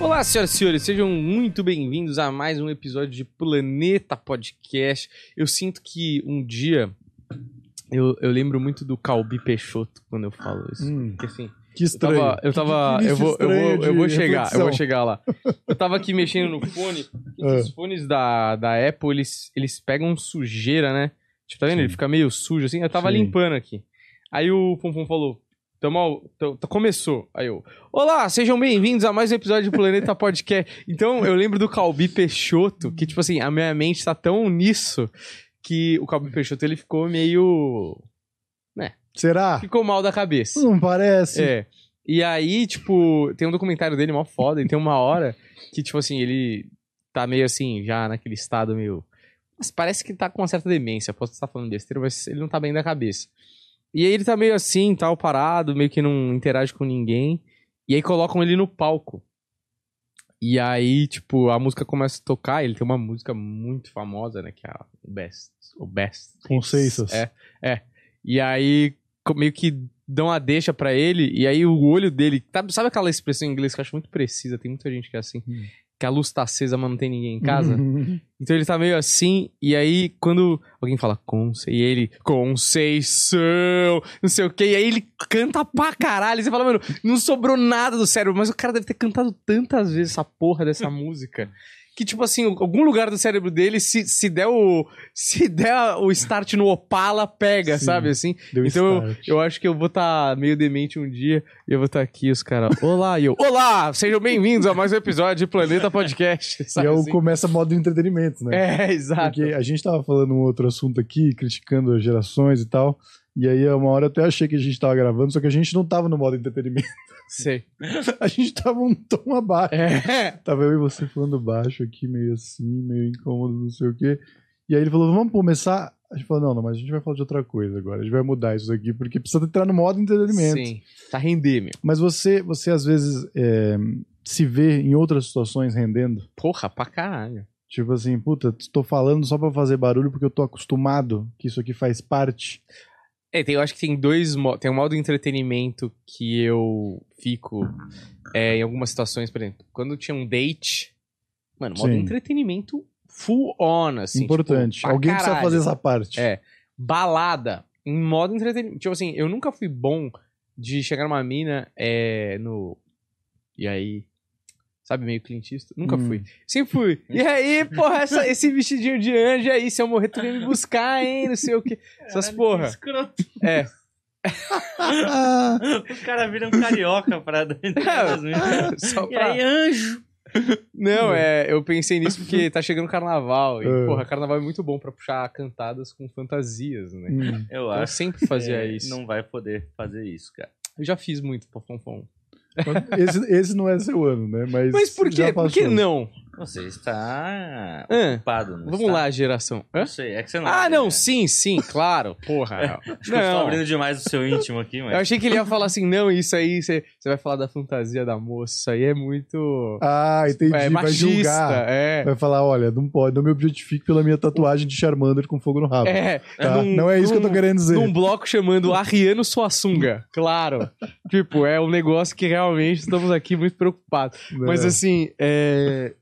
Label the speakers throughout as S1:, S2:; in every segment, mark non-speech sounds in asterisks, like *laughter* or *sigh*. S1: Olá, senhoras e senhores, sejam muito bem-vindos a mais um episódio de Planeta Podcast. Eu sinto que um dia eu, eu lembro muito do Calbi Peixoto quando eu falo isso.
S2: Hum,
S1: Porque assim,
S2: que
S1: eu
S2: estranho.
S1: tava. Eu, tava,
S2: que
S1: eu, vou, eu,
S2: estranho
S1: vou, eu
S2: de
S1: vou chegar, eu vou
S2: reflexão.
S1: chegar lá. Eu tava aqui mexendo no
S2: *laughs*
S1: fone.
S2: É.
S1: Os fones da, da Apple, eles, eles pegam sujeira, né? Tipo, tá vendo? Ele
S2: Sim.
S1: fica meio sujo assim. Eu tava
S2: Sim.
S1: limpando aqui. Aí o Pum Pum falou. Então, mal, então, tá- começou. Aí eu. Olá, sejam bem-vindos a mais um episódio do Planeta Podcast. Então, eu lembro do Calbi Peixoto, que, tipo assim, a minha mente tá tão nisso que o Calbi Peixoto ele ficou meio.
S2: Será?
S1: Ficou mal da cabeça.
S2: Não parece?
S1: É. E aí, tipo, tem um documentário dele mó foda, e tem uma hora que, tipo assim, ele tá meio assim, já naquele estado meio. Mas parece que tá com uma certa demência. Posso estar falando besteira, mas ele não tá bem da cabeça. E aí ele tá meio assim, tal, parado, meio que não interage com ninguém. E aí colocam ele no palco. E aí, tipo, a música começa a tocar. Ele tem uma música muito famosa, né? Que é a Best. O Best.
S2: Conceiças.
S1: É, é. E aí, co- meio que dão a deixa pra ele, e aí o olho dele. sabe- Sabe aquela expressão em inglês que eu acho muito precisa? Tem muita gente que é assim.
S2: Hum.
S1: Que a luz tá acesa, mas não tem ninguém em casa.
S2: Uhum.
S1: Então ele tá meio assim, e aí quando alguém fala Conce, e ele, Conceição, não sei o quê, e aí ele canta pra caralho. e Você fala, mano, não sobrou nada do cérebro, mas o cara deve ter cantado tantas vezes essa porra
S2: *laughs*
S1: dessa música. Que, tipo assim, algum lugar do cérebro dele, se, se der o. Se der o start no Opala, pega,
S2: Sim.
S1: sabe assim?
S2: *laughs* Deu
S1: Então
S2: start.
S1: Eu acho que eu vou estar meio demente um dia e eu vou estar aqui, os caras. Olá, e eu. Olá! Sejam bem-vindos a mais um episódio de Planeta Podcast. *laughs*
S2: E
S1: Sabe
S2: eu
S1: assim?
S2: começa modo entretenimento, né?
S1: É, exato.
S2: Porque a gente tava falando um outro assunto aqui, criticando as gerações e tal. E aí, uma hora eu até achei que a gente tava gravando, só que a gente não tava no modo entretenimento. *laughs*
S1: Sei.
S2: A gente tava um tom abaixo.
S1: É.
S2: Tava eu e você falando baixo aqui, meio assim, meio incômodo, não sei o quê. E aí ele falou, vamos começar. A gente falou, não, não, mas a gente vai falar de outra coisa agora. A gente vai mudar isso aqui, porque precisa entrar no modo entretenimento.
S1: Sim. Tá render, meu.
S2: Mas você, você às vezes é, se vê em outras situações rendendo.
S1: Porra, pra caralho.
S2: Tipo assim, puta, tô falando só pra fazer barulho porque eu tô acostumado que isso aqui faz parte.
S1: É, tem, eu acho que tem dois modos. Tem um modo de entretenimento que eu fico é, em algumas situações, por exemplo, quando tinha um date. Mano, modo
S2: Sim.
S1: entretenimento full on, assim.
S2: Importante.
S1: tipo, pra
S2: Alguém precisa
S1: caralho.
S2: fazer essa parte.
S1: É. balada em modo entretenimento. Tipo assim, eu nunca fui bom de chegar numa mina é, no. E aí. Sabe, meio clientista? Nunca
S2: Hum.
S1: fui. Sempre fui. E aí, porra, essa- esse vestidinho de anjo aí, se eu morrer, tu vem me buscar, hein? Não sei o quê. Essas
S3: Caralho,
S1: porra.
S3: que escroto.
S1: É.
S2: Ah,
S3: Os caras viram um carioca pra dar *laughs*
S1: Só
S3: né, E
S1: pra...
S3: aí, anjo.
S1: Não, é, eu pensei nisso porque tá chegando carnaval. E,
S2: É.
S1: porra, carnaval é muito bom pra puxar cantadas com fantasias, né?
S2: *laughs* hum.
S3: Eu
S1: Eu
S3: acho
S1: sempre fazia
S3: é,
S1: isso.
S3: Não vai poder fazer isso, cara.
S1: Eu já fiz muito pra Fonfon.
S2: esse, esse não é seu ano, né? Mas,
S1: Mas por
S2: já
S1: quê? Por que
S2: passou.
S1: não?
S3: Você está
S1: Hã?
S3: ocupado, não
S1: É. Vamos
S3: está?
S1: lá, geração. Hã?
S3: Não sei, é que você não.
S1: Ah, não,
S3: né?
S1: sim, sim,
S3: *laughs*
S1: claro. Porra.
S3: Acho que eu estou
S1: Não.
S3: abrindo demais o seu íntimo aqui,
S1: Eu
S3: mas.
S1: achei que ele ia falar assim, não, isso aí, você você vai falar da fantasia da moça, isso aí é muito.
S2: Ah, entendi.
S1: é
S2: vai
S1: machista.
S2: julgar. Ah,
S1: É.
S2: Vai falar, olha, não pode, não me objetifique pela minha tatuagem de Charmander com fogo no rabo.
S1: É,
S2: tá?
S1: num-
S2: não é isso que eu
S1: num-
S2: tô querendo dizer.
S1: Num bloco chamando Arriano Suassunga.
S2: *laughs*
S1: Claro. tipo, é um negócio que realmente estamos aqui muito preocupados. Mas
S2: É.
S1: assim, é.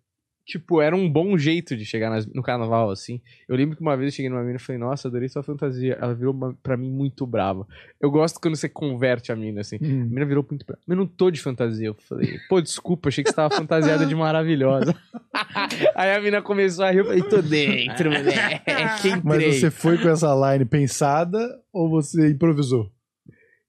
S1: Tipo, era um bom jeito de chegar nas- no carnaval, assim. Eu lembro que uma vez eu cheguei numa mina e falei, nossa, adorei sua fantasia. Ela virou uma, pra mim muito brava. Eu gosto quando você converte a mina, assim. A
S2: Hum.
S1: menina virou muito pra... Eu não tô de fantasia. Eu falei, pô, desculpa, achei que você tava fantasiada de maravilhosa. *laughs* Aí a mina começou a rir, eu falei, tô dentro, né? É que entrei.
S2: Mas você foi com essa line pensada ou você improvisou?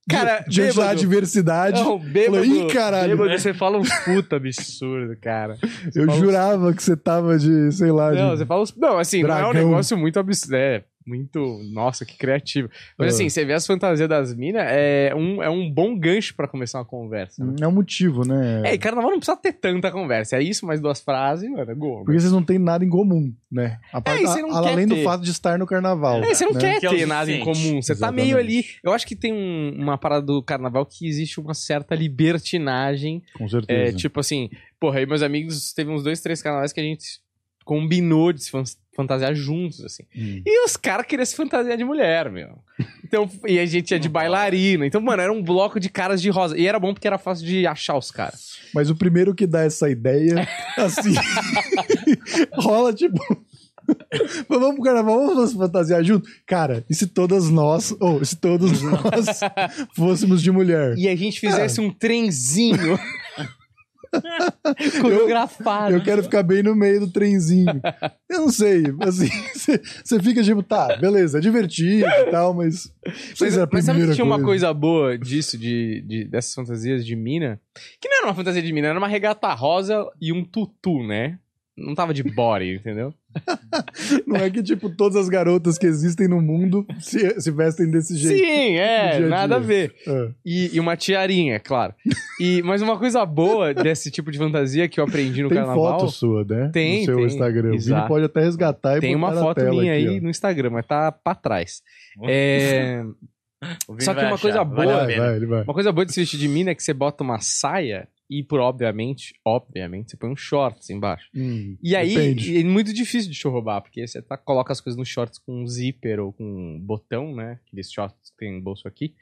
S1: Cara,
S2: Di- diante da
S1: bêbado.
S2: adversidade,
S1: Não, bêbado.
S2: Falou, "Ih, caralho."
S1: Bêbado, você fala uns puta absurdo, cara.
S2: eu
S1: fala- um
S2: jurava que você tava de, sei lá,
S1: Não,
S2: de...
S1: você fala uns... Não, assim, não é um
S2: Dragão.
S1: negócio muito absurdo. É, muito... Nossa, que criativo. Mas
S2: Ah.
S1: assim, você vê as fantasias das minas, é um, é um bom gancho pra começar uma conversa, né?
S2: é um motivo, né?
S1: É, e carnaval não precisa ter tanta conversa. É isso, mais duas frases, mano, é gol.
S2: Porque vocês não têm nada em comum, né? A
S1: É, e você não
S2: a-
S1: quer
S2: além
S1: ter.
S2: do fato de estar no carnaval.
S1: É, você não
S2: né?
S1: quer
S3: Que é o
S1: ter nada em
S3: suficiente.
S1: comum. Você tá
S2: Exatamente.
S1: meio ali. Eu acho que tem um- uma parada do carnaval que existe uma certa libertinagem.
S2: Com
S1: É,
S2: certeza. Hum.
S1: tipo assim, porra, aí meus amigos, teve uns dois, três carnavais que a gente combinou de se fan- fantasiar juntos, assim.
S2: Hum.
S1: E os caras queriam se fantasiar de mulher, meu. Então, e a gente ia de bailarina. Então, mano, era um bloco de caras de rosa. E era bom porque era fácil de achar os caras.
S2: Mas o primeiro que dá
S1: *laughs*
S2: essa ideia, assim, *laughs* rola tipo. *laughs* Mas vamos pro carnaval, vamos nos fantasiar junto? Cara, e se todas nós, ou
S1: *laughs*
S2: se todos nós fôssemos de mulher?
S1: E a gente fizesse um
S2: *laughs*
S1: trenzinho. Coreografado.
S2: Eu quero ficar bem no meio do
S1: *laughs*
S2: trenzinho. Eu não sei, assim, *laughs* você fica tipo, tá, beleza, é divertido e tal, mas.
S1: Mas,
S2: Mas, é a
S1: mas sabe que
S2: primeira
S1: tinha uma coisa boisa disso, de, de- dessas fantasias de mina? Que não era uma fantasia de mina, era uma regata rosa e um tutu, né? Não tava de body,
S2: *laughs*
S1: entendeu?
S2: Não é que, tipo, todas as garotas que existem no mundo se, se vestem desse jeito.
S1: Sim,
S2: Do
S1: é,
S2: dia a
S1: nada a
S2: dia.
S1: ver.
S2: É.
S1: E, e uma tiarinha, é claro. E, mas uma coisa
S2: *laughs*
S1: boa desse tipo de fantasia que eu aprendi no
S2: Tem
S1: carnaval.
S2: foto sua, né?
S1: Tem,
S2: No seu
S1: tem.
S2: Instagram. O
S1: Exato.
S2: Vini pode até resgatar e
S1: Tem
S2: botar
S1: uma
S2: na
S1: foto
S2: tela
S1: minha
S2: aqui,
S1: aí
S2: ó.
S1: no Instagram, mas tá pra trás. É,
S3: O Vini
S1: Só que
S3: vai
S1: uma coisa
S3: vale
S1: boa-
S3: a
S2: Vai,
S3: pena.
S2: vai, ele vai.
S1: uma coisa boa de se vestir de mina é que você bota uma saia e, por obviamente, obviamente, você põe um shorts embaixo.
S2: Hum,
S1: E aí,
S2: depende.
S1: é muito difícil de roubar, porque você tá, coloca as coisas no shorts com um zíper ou com um botão, né? Aqueles shorts que tem um bolso aqui.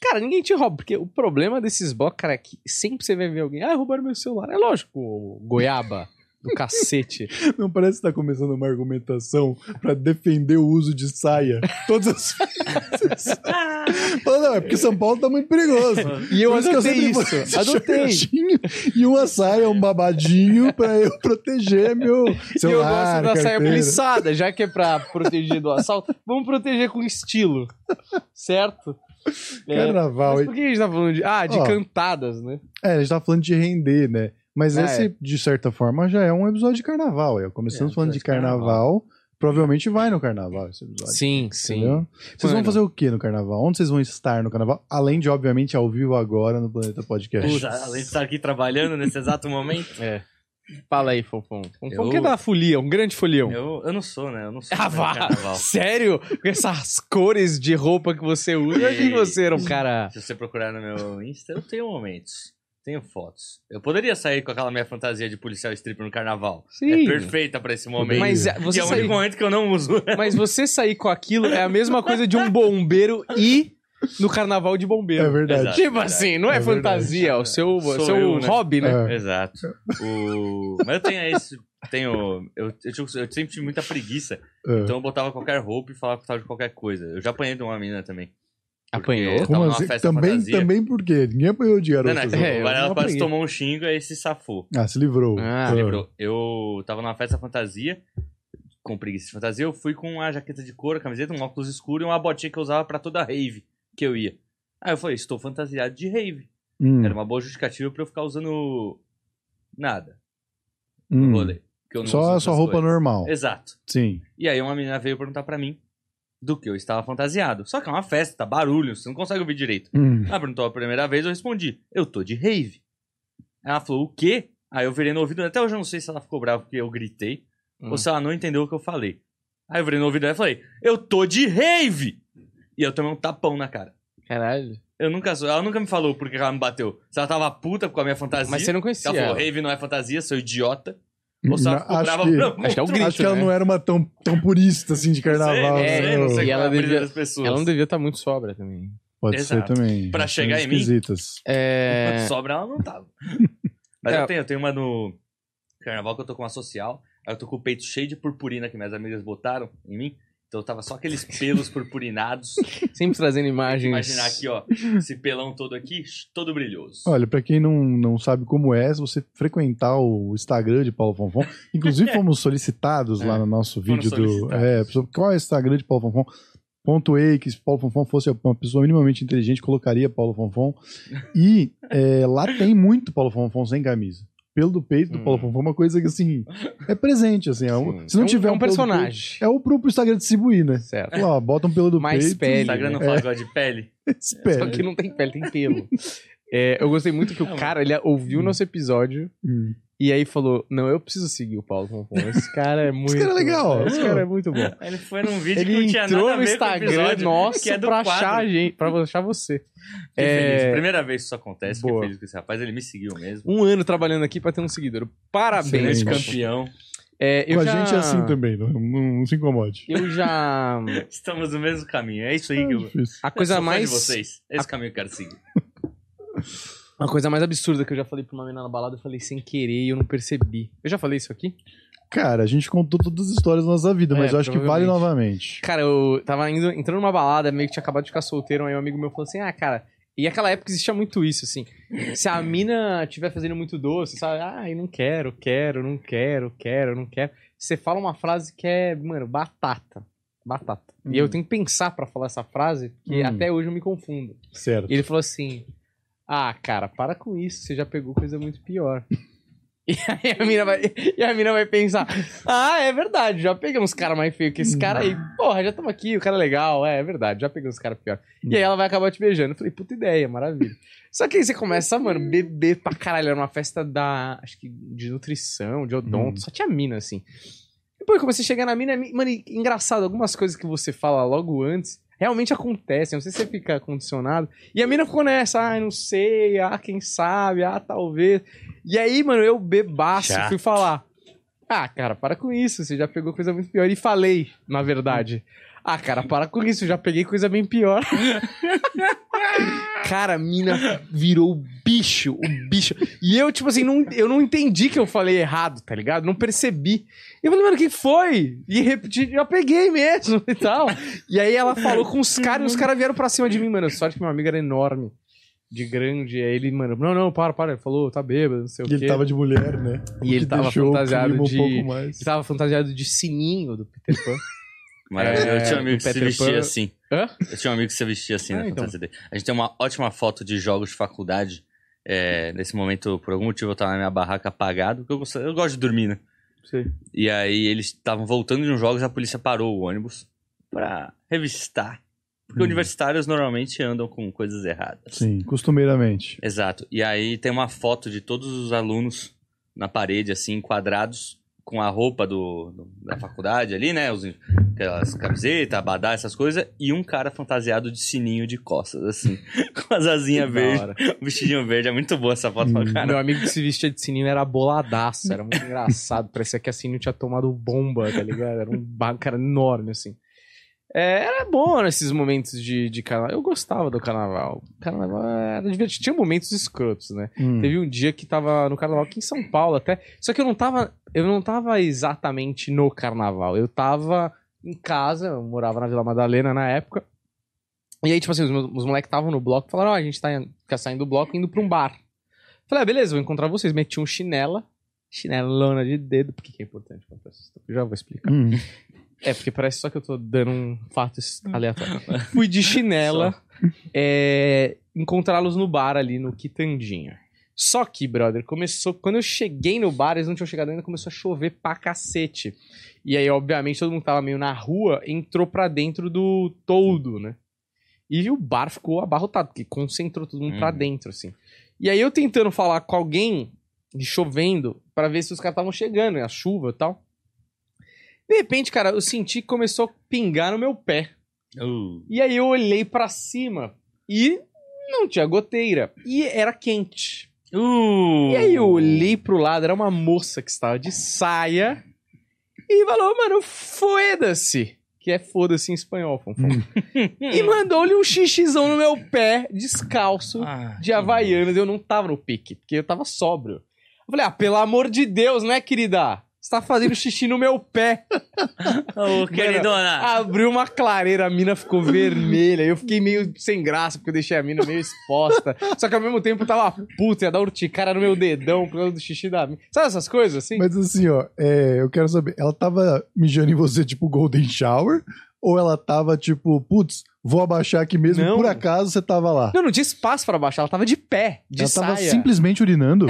S1: Cara, ninguém te rouba, porque o problema desses blocos, cara, é que sempre você vai ver alguém, ah, roubaram meu celular. É lógico, ô goiaba
S2: *laughs*
S1: do cacete.
S2: Não parece que tá começando uma argumentação pra defender o uso de saia. Todas as *laughs*
S1: *laughs*
S2: vezes. Fala, não, é porque São Paulo tá muito perigoso.
S1: E eu
S2: Por isso que
S1: adotei
S2: sempre vou
S1: isso,
S2: esse *laughs*
S1: adotei.
S2: shortinho E uma saia, um babadinho pra eu *laughs* proteger meu
S1: E eu gosto
S2: celular,
S1: da saia
S2: carteira.
S1: plissada, já que é pra proteger do assalto. Vamos proteger com estilo, certo? É,
S2: Carnaval.
S1: mas por que a gente tá falando de... Ah, de
S2: Ó.
S1: cantadas, né?
S2: É, a gente tá falando de render, né? Mas
S1: Ah,
S2: esse, de certa forma, já é um episódio de carnaval. é. Começamos
S3: É,
S2: falando de
S3: episódio de
S2: carnaval, provavelmente vai no carnaval esse episódio.
S1: Sim,
S2: Entendeu? Vocês
S1: Mano.
S2: vão fazer o que no carnaval? Onde vocês vão estar no carnaval? Além de, obviamente, ao vivo agora no Planeta Podcast.
S3: Puxa, além de estar tá aqui trabalhando nesse
S1: *laughs*
S3: exato momento,
S1: Fala aí, Fofão. Fofão
S3: Eu-
S1: que é da folia, um grande folião.
S3: eu, eu não sou, né? Eu não sou
S1: *laughs* Ah,
S3: do
S1: vá!
S3: carnaval.
S1: Sério? Com essas cores de roupa que você usa? Eu achei que você era um cara.
S3: Se você procurar no meu Insta, eu tenho momentos. Tenho fotos. Eu poderia sair com aquela minha fantasia de policial stripper no carnaval.
S1: Sim.
S3: É perfeita pra esse momento.
S1: Mas
S2: Sim.
S1: é, você,
S3: e é o
S1: sair,
S3: único momento que eu não uso.
S1: mas você sair com aquilo é a mesma coisa de um bombeiro e no carnaval de
S2: É
S1: bombeiro.
S2: verdade.
S3: Exato.
S1: tipo assim, não é,
S2: É verdade.
S1: fantasia, é o seu, é o
S3: Sou
S1: seu
S3: eu, né?
S1: hobby, né?
S2: É.
S1: *laughs*
S3: Exato. O- Mas eu tenho esse. Tenho. Eu, eu, tinha- eu sempre tive muita preguiça.
S2: É.
S3: Então eu botava qualquer roupa e falava que tava de qualquer coisa. Eu já apanhei de uma menina também.
S1: Apanhou.
S3: Porque-
S2: Como
S3: tava numa
S2: assim?
S3: festa
S2: Também,
S3: fantasia.
S2: também por quê? Ninguém apanhou de
S3: Não,
S2: garotas.
S3: não,
S2: né?
S1: eu
S3: ela
S1: não
S3: quase
S1: apanhei.
S3: tomou um xingo aí se safou.
S2: Ah, se livrou.
S1: Ah,
S2: Ah,
S1: se
S3: Lembrou? Tipo, Eu tava numa festa fantasia, com preguiça de fantasia, eu fui com uma jaqueta de couro, camiseta, um óculos escuro e uma botinha que eu usava pra toda rave que eu ia. Aí eu falei, estou fantasiado de rave.
S2: Hum,
S3: Era uma boa justificativa pra eu ficar usando nada
S2: hum.
S3: no rolê. que eu não uso
S2: Só a
S3: outras
S2: sua roupa
S3: coisas.
S2: normal.
S3: *laughs* Exato.
S2: Sim.
S3: E aí uma menina veio perguntar pra mim do que eu estava fantasiado. Só que é uma festa, tá barulho, você não consegue ouvir direito.
S2: Hum.
S3: Ela perguntou a primeira vez, eu respondi, eu tô de rave. Ela falou, o quê? Aí eu virei no ouvido, até hoje eu não sei se ela ficou brava porque eu gritei,
S1: Hum.
S3: ou se ela não entendeu o que eu falei. Aí eu virei no ouvido dela e falei, eu tô de rave! E eu tomei um tapão na cara.
S1: Caralho.
S3: Eu nunca sou, ela nunca me falou porque ela me bateu. Se ela tava puta com a minha fantasia,
S1: Mas você não
S3: se
S1: conhecia.
S3: ela falou,
S1: ela. Hum,
S3: rave não é fantasia, sou idiota. Ou se ela
S2: Não,
S3: ficou
S2: acho
S3: brava
S2: que-
S3: pra eu
S1: acho que é o grito,
S2: Acho que ela
S1: né?
S2: não era uma tão, tão purista assim de carnaval.
S3: Não sei, não sei, não
S2: né?
S3: sei
S1: E
S3: qual
S1: ela
S3: é a brisa
S1: devia-
S3: das pessoas.
S1: não devia estar muito sobra também.
S2: Pode
S3: Exato.
S2: ser também.
S3: Pra
S2: Acho
S3: chegar em mim?
S2: esquisitas.
S1: É.
S3: Sobra ela
S1: *laughs*
S3: não tava. Mas
S1: É.
S3: eu tenho, eu tenho uma no carnaval que eu tô com uma social. Aí eu tô com o peito cheio de purpurina que minhas amigas botaram em mim. Então eu tava só aqueles pelos
S1: *laughs*
S3: purpurinados.
S1: Sempre trazendo imagens.
S3: Imaginar aqui, ó, esse pelão todo aqui, todo brilhoso.
S2: Olha, pra quem não, não sabe como é, se você frequentar o Instagram de Paulo Fonfon,
S1: *laughs*
S2: inclusive fomos solicitados lá
S1: É,
S2: no nosso vídeo do.
S3: solicitados.
S2: É, pessoal, qual é o Instagram de Paulo Fonfon? Ponto E, que se Paulo Fonfon fosse uma pessoa minimamente inteligente, colocaria Paulo Fonfon.
S1: *laughs*
S2: E é, lá tem muito Paulo Fonfon sem camisa. Pelo do peito do
S1: Hum.
S2: Paulo Fonfon, é uma coisa que, assim, é presente, assim. é um-
S1: Sim.
S2: se não
S1: É um-
S2: tiver
S1: é um
S2: pelo do
S1: personagem.
S2: peito, É o próprio Instagram distribuir, né?
S1: Certo.
S2: Ó, bota um pelo do
S1: Mais
S2: peito. *laughs*
S1: pele,
S3: Instagram não
S1: né?
S3: fala igual um de pele.
S1: Só
S2: Espera.
S1: que não tem pele, tem pelo. É, eu gostei muito que o cara, ele ouviu o nosso episódio
S2: Hum.
S1: e aí falou, não, eu preciso seguir o Paulo Fonfon. Esse cara
S2: *laughs*
S1: é muito...
S2: cara é legal.
S1: Esse cara é muito *laughs* bom.
S3: Aí Ele foi num vídeo que não
S1: Ele
S3: tinha nada
S1: entrou
S3: a
S1: no
S3: ver com o
S1: Instagram
S3: episódio,
S1: nosso
S3: que é do
S1: pra
S3: quadro.
S1: achar a gente, pra achar você.
S3: Fiquei
S1: É,
S3: feliz. Primeira vez que isso acontece, fiquei
S1: Boa.
S3: feliz com esse rapaz, ele me seguiu mesmo.
S1: um ano trabalhando aqui pra ter um seguidor. Parabéns,
S2: Excelente
S1: Paulo.
S3: Campeão.
S1: É, eu
S2: Com
S1: já...
S2: a gente é assim também, não, não- não se incomode.
S1: Eu já.
S3: Estamos no mesmo caminho. É isso aí,
S2: É
S3: Guilherme.
S2: difícil.
S1: A coisa
S3: Sou fã
S1: mais.
S3: de vocês. Esse caminho que eu quero seguir.
S1: A coisa mais absurda que eu já falei pra uma menina na balada, eu falei sem querer e eu não percebi. Eu já falei isso aqui?
S2: Cara, a gente contou todas as histórias da nossa vida,
S1: É,
S2: mas eu acho que vale
S1: provavelmente.
S2: novamente.
S1: Cara, eu tava indo, entrando numa balada, meio que tinha acabado de ficar solteiro, aí um amigo meu falou assim: ah, cara. E naquela época existia muito isso, assim. Se a mina tiver fazendo muito doce, sabe? Ah, eu não quero, quero, não quero, quero, não quero. Você fala uma frase que é, mano, batata. Batata. E
S2: Hum.
S1: eu tenho que pensar pra falar essa frase, porque
S2: Hum.
S1: até hoje eu me confundo.
S2: Certo.
S1: E ele falou assim: Ah, cara, para com isso, você já pegou coisa muito pior. *laughs* E aí a mina vai, e a mina vai pensar: Ah, é verdade, já peguei uns caras mais feios que esse cara
S2: Hum.
S1: aí. Porra, já estamos aqui, o cara é legal, é, é verdade, já peguei uns caras pior. E aí ela vai acabar te beijando. Eu falei: Puta ideia, maravilha. Só que aí você começa, mano, beber pra caralho. Era uma festa da, acho que, de nutrição, de odonto,
S2: Hum.
S1: só tinha mina assim. Depois comecei a chegar na mina, mi- mano, e engraçado, algumas coisas que você fala logo antes realmente acontecem. Não sei se você fica condicionado. E a mina ficou nessa, ah, não sei, ah, quem sabe, ah, talvez. E aí, mano, eu bebaço,
S3: Chato.
S1: fui falar. Ah, cara, para com isso, você já pegou coisa muito pior. E falei, na verdade. Ah, cara, para com isso, eu já peguei coisa bem pior. *laughs* cara, a mina virou o bicho, o bicho. E eu, tipo assim, não, eu não entendi que eu falei errado, tá ligado? Não percebi. E eu falei, mano, o que foi? E repeti, já peguei mesmo e tal. E aí ela falou com os caras e os caras vieram pra cima de mim, mano. Sorte que meu amigo era enorme, de grande. Aí ele, mano, não, não, para, para. Ele falou, tá bêbado, não sei
S2: E
S1: o quê.
S2: ele tava de mulher, né?
S1: E ele
S2: Que
S1: tava
S2: deixou o
S1: fantasiado
S2: clima
S1: de-
S2: Um pouco mais.
S1: Ele tava fantasiado de sininho do Peter Pan.
S3: Maravilhoso.
S1: É,
S3: eu tinha um amigo
S1: do
S3: que se
S1: Peter
S3: vestia
S1: Pan.
S3: assim.
S1: Hã?
S3: Eu tinha um amigo que se vestia assim
S1: Ah,
S3: na
S1: então.
S3: fantasia dele. A gente tem uma ótima foto de jogos de faculdade. É, nesse momento, por algum motivo, eu tava na minha barraca apagado, porque eu gosto, eu gosto de dormir, né?
S1: Sei.
S3: E aí eles estavam voltando de uns jogos, a polícia parou o ônibus pra revistar. Porque
S2: Hum.
S3: universitários normalmente andam com coisas erradas.
S2: Sim, costumeiramente.
S3: Exato. E aí tem uma foto de todos os alunos na parede, assim, quadrados, com a roupa do, do- da faculdade ali, né? Os, aquelas camisetas, abadá, essas coisas. E um cara fantasiado de sininho de costas, assim. *laughs* com as asinhas verdes, *laughs* o vestidinho verde. É muito boa essa foto pra
S2: Hum.
S3: caralho.
S1: Meu amigo que se vestia de sininho era boladaço, era muito engraçado. Parecia que a sininho tinha tomado bomba, tá ligado? Era um ba- cara enorme, assim. É, era bom nesses momentos de, de carnaval. Eu gostava do carnaval. Carnaval era divertido. Tinha momentos escrotos, né?
S2: Hum.
S1: Teve um dia que tava no carnaval aqui em São Paulo até. Só que eu não tava. Eu não tava exatamente no carnaval. Eu tava em casa, eu morava na Vila Madalena na época. E aí, tipo assim, os, meus- os moleques estavam no bloco e falaram: Ó, a gente tá em- tá saindo do bloco e indo pra um bar. Falei, ah, beleza, vou encontrar vocês. Meti um chinela, chinelona de dedo, porque que é importante contar essa história. Eu já vou explicar.
S2: Hum.
S1: É, porque parece só que eu tô dando um fato es- aleatório. Fui de chinela é, encontrá-los no bar ali no Quitandinha. Só que, brother, começou. Quando eu cheguei no bar, eles não tinham chegado ainda, começou a chover pra cacete. E aí, obviamente, todo mundo que tava meio na rua, entrou pra dentro do toldo, né? E o bar ficou abarrotado, porque concentrou todo mundo pra
S3: Uhum.
S1: dentro, assim. E aí eu tentando falar com alguém, e chovendo, pra ver se os caras estavam chegando, né, a chuva e tal. De repente, cara, eu senti que começou a pingar no meu pé.
S3: Uh,
S1: E aí eu olhei pra cima e não tinha goteira. E era quente.
S3: uh.
S1: E aí eu olhei pro lado, era uma moça que estava de saia e falou, mano, foda-se. Que é foda-se em espanhol, Fonfon. e mandou-lhe um xixizão no meu pé, descalço,
S3: Ah,
S1: de Havaianas, eu não tava no pique, porque eu tava sóbrio. Eu falei, ah, pelo amor de Deus, né, querida? Você tá fazendo xixi no meu pé.
S3: Ô, queridona.
S1: Abriu uma clareira, a mina ficou vermelha. Eu fiquei meio sem graça, porque eu deixei a mina meio exposta. Só que ao mesmo tempo eu tava puta, ia dar urticária no meu dedão por causa do xixi da mina. Sabe essas coisas assim?
S2: Mas assim, ó, é, eu quero saber, ela tava mijando em você, tipo, Golden Shower? Ou ela tava, tipo, putz, vou abaixar aqui mesmo,
S1: Não.
S2: por acaso você tava lá?
S1: Não, não tinha espaço pra baixar, ela tava de pé, de
S2: ela
S1: saia. É.
S2: tava simplesmente urinando?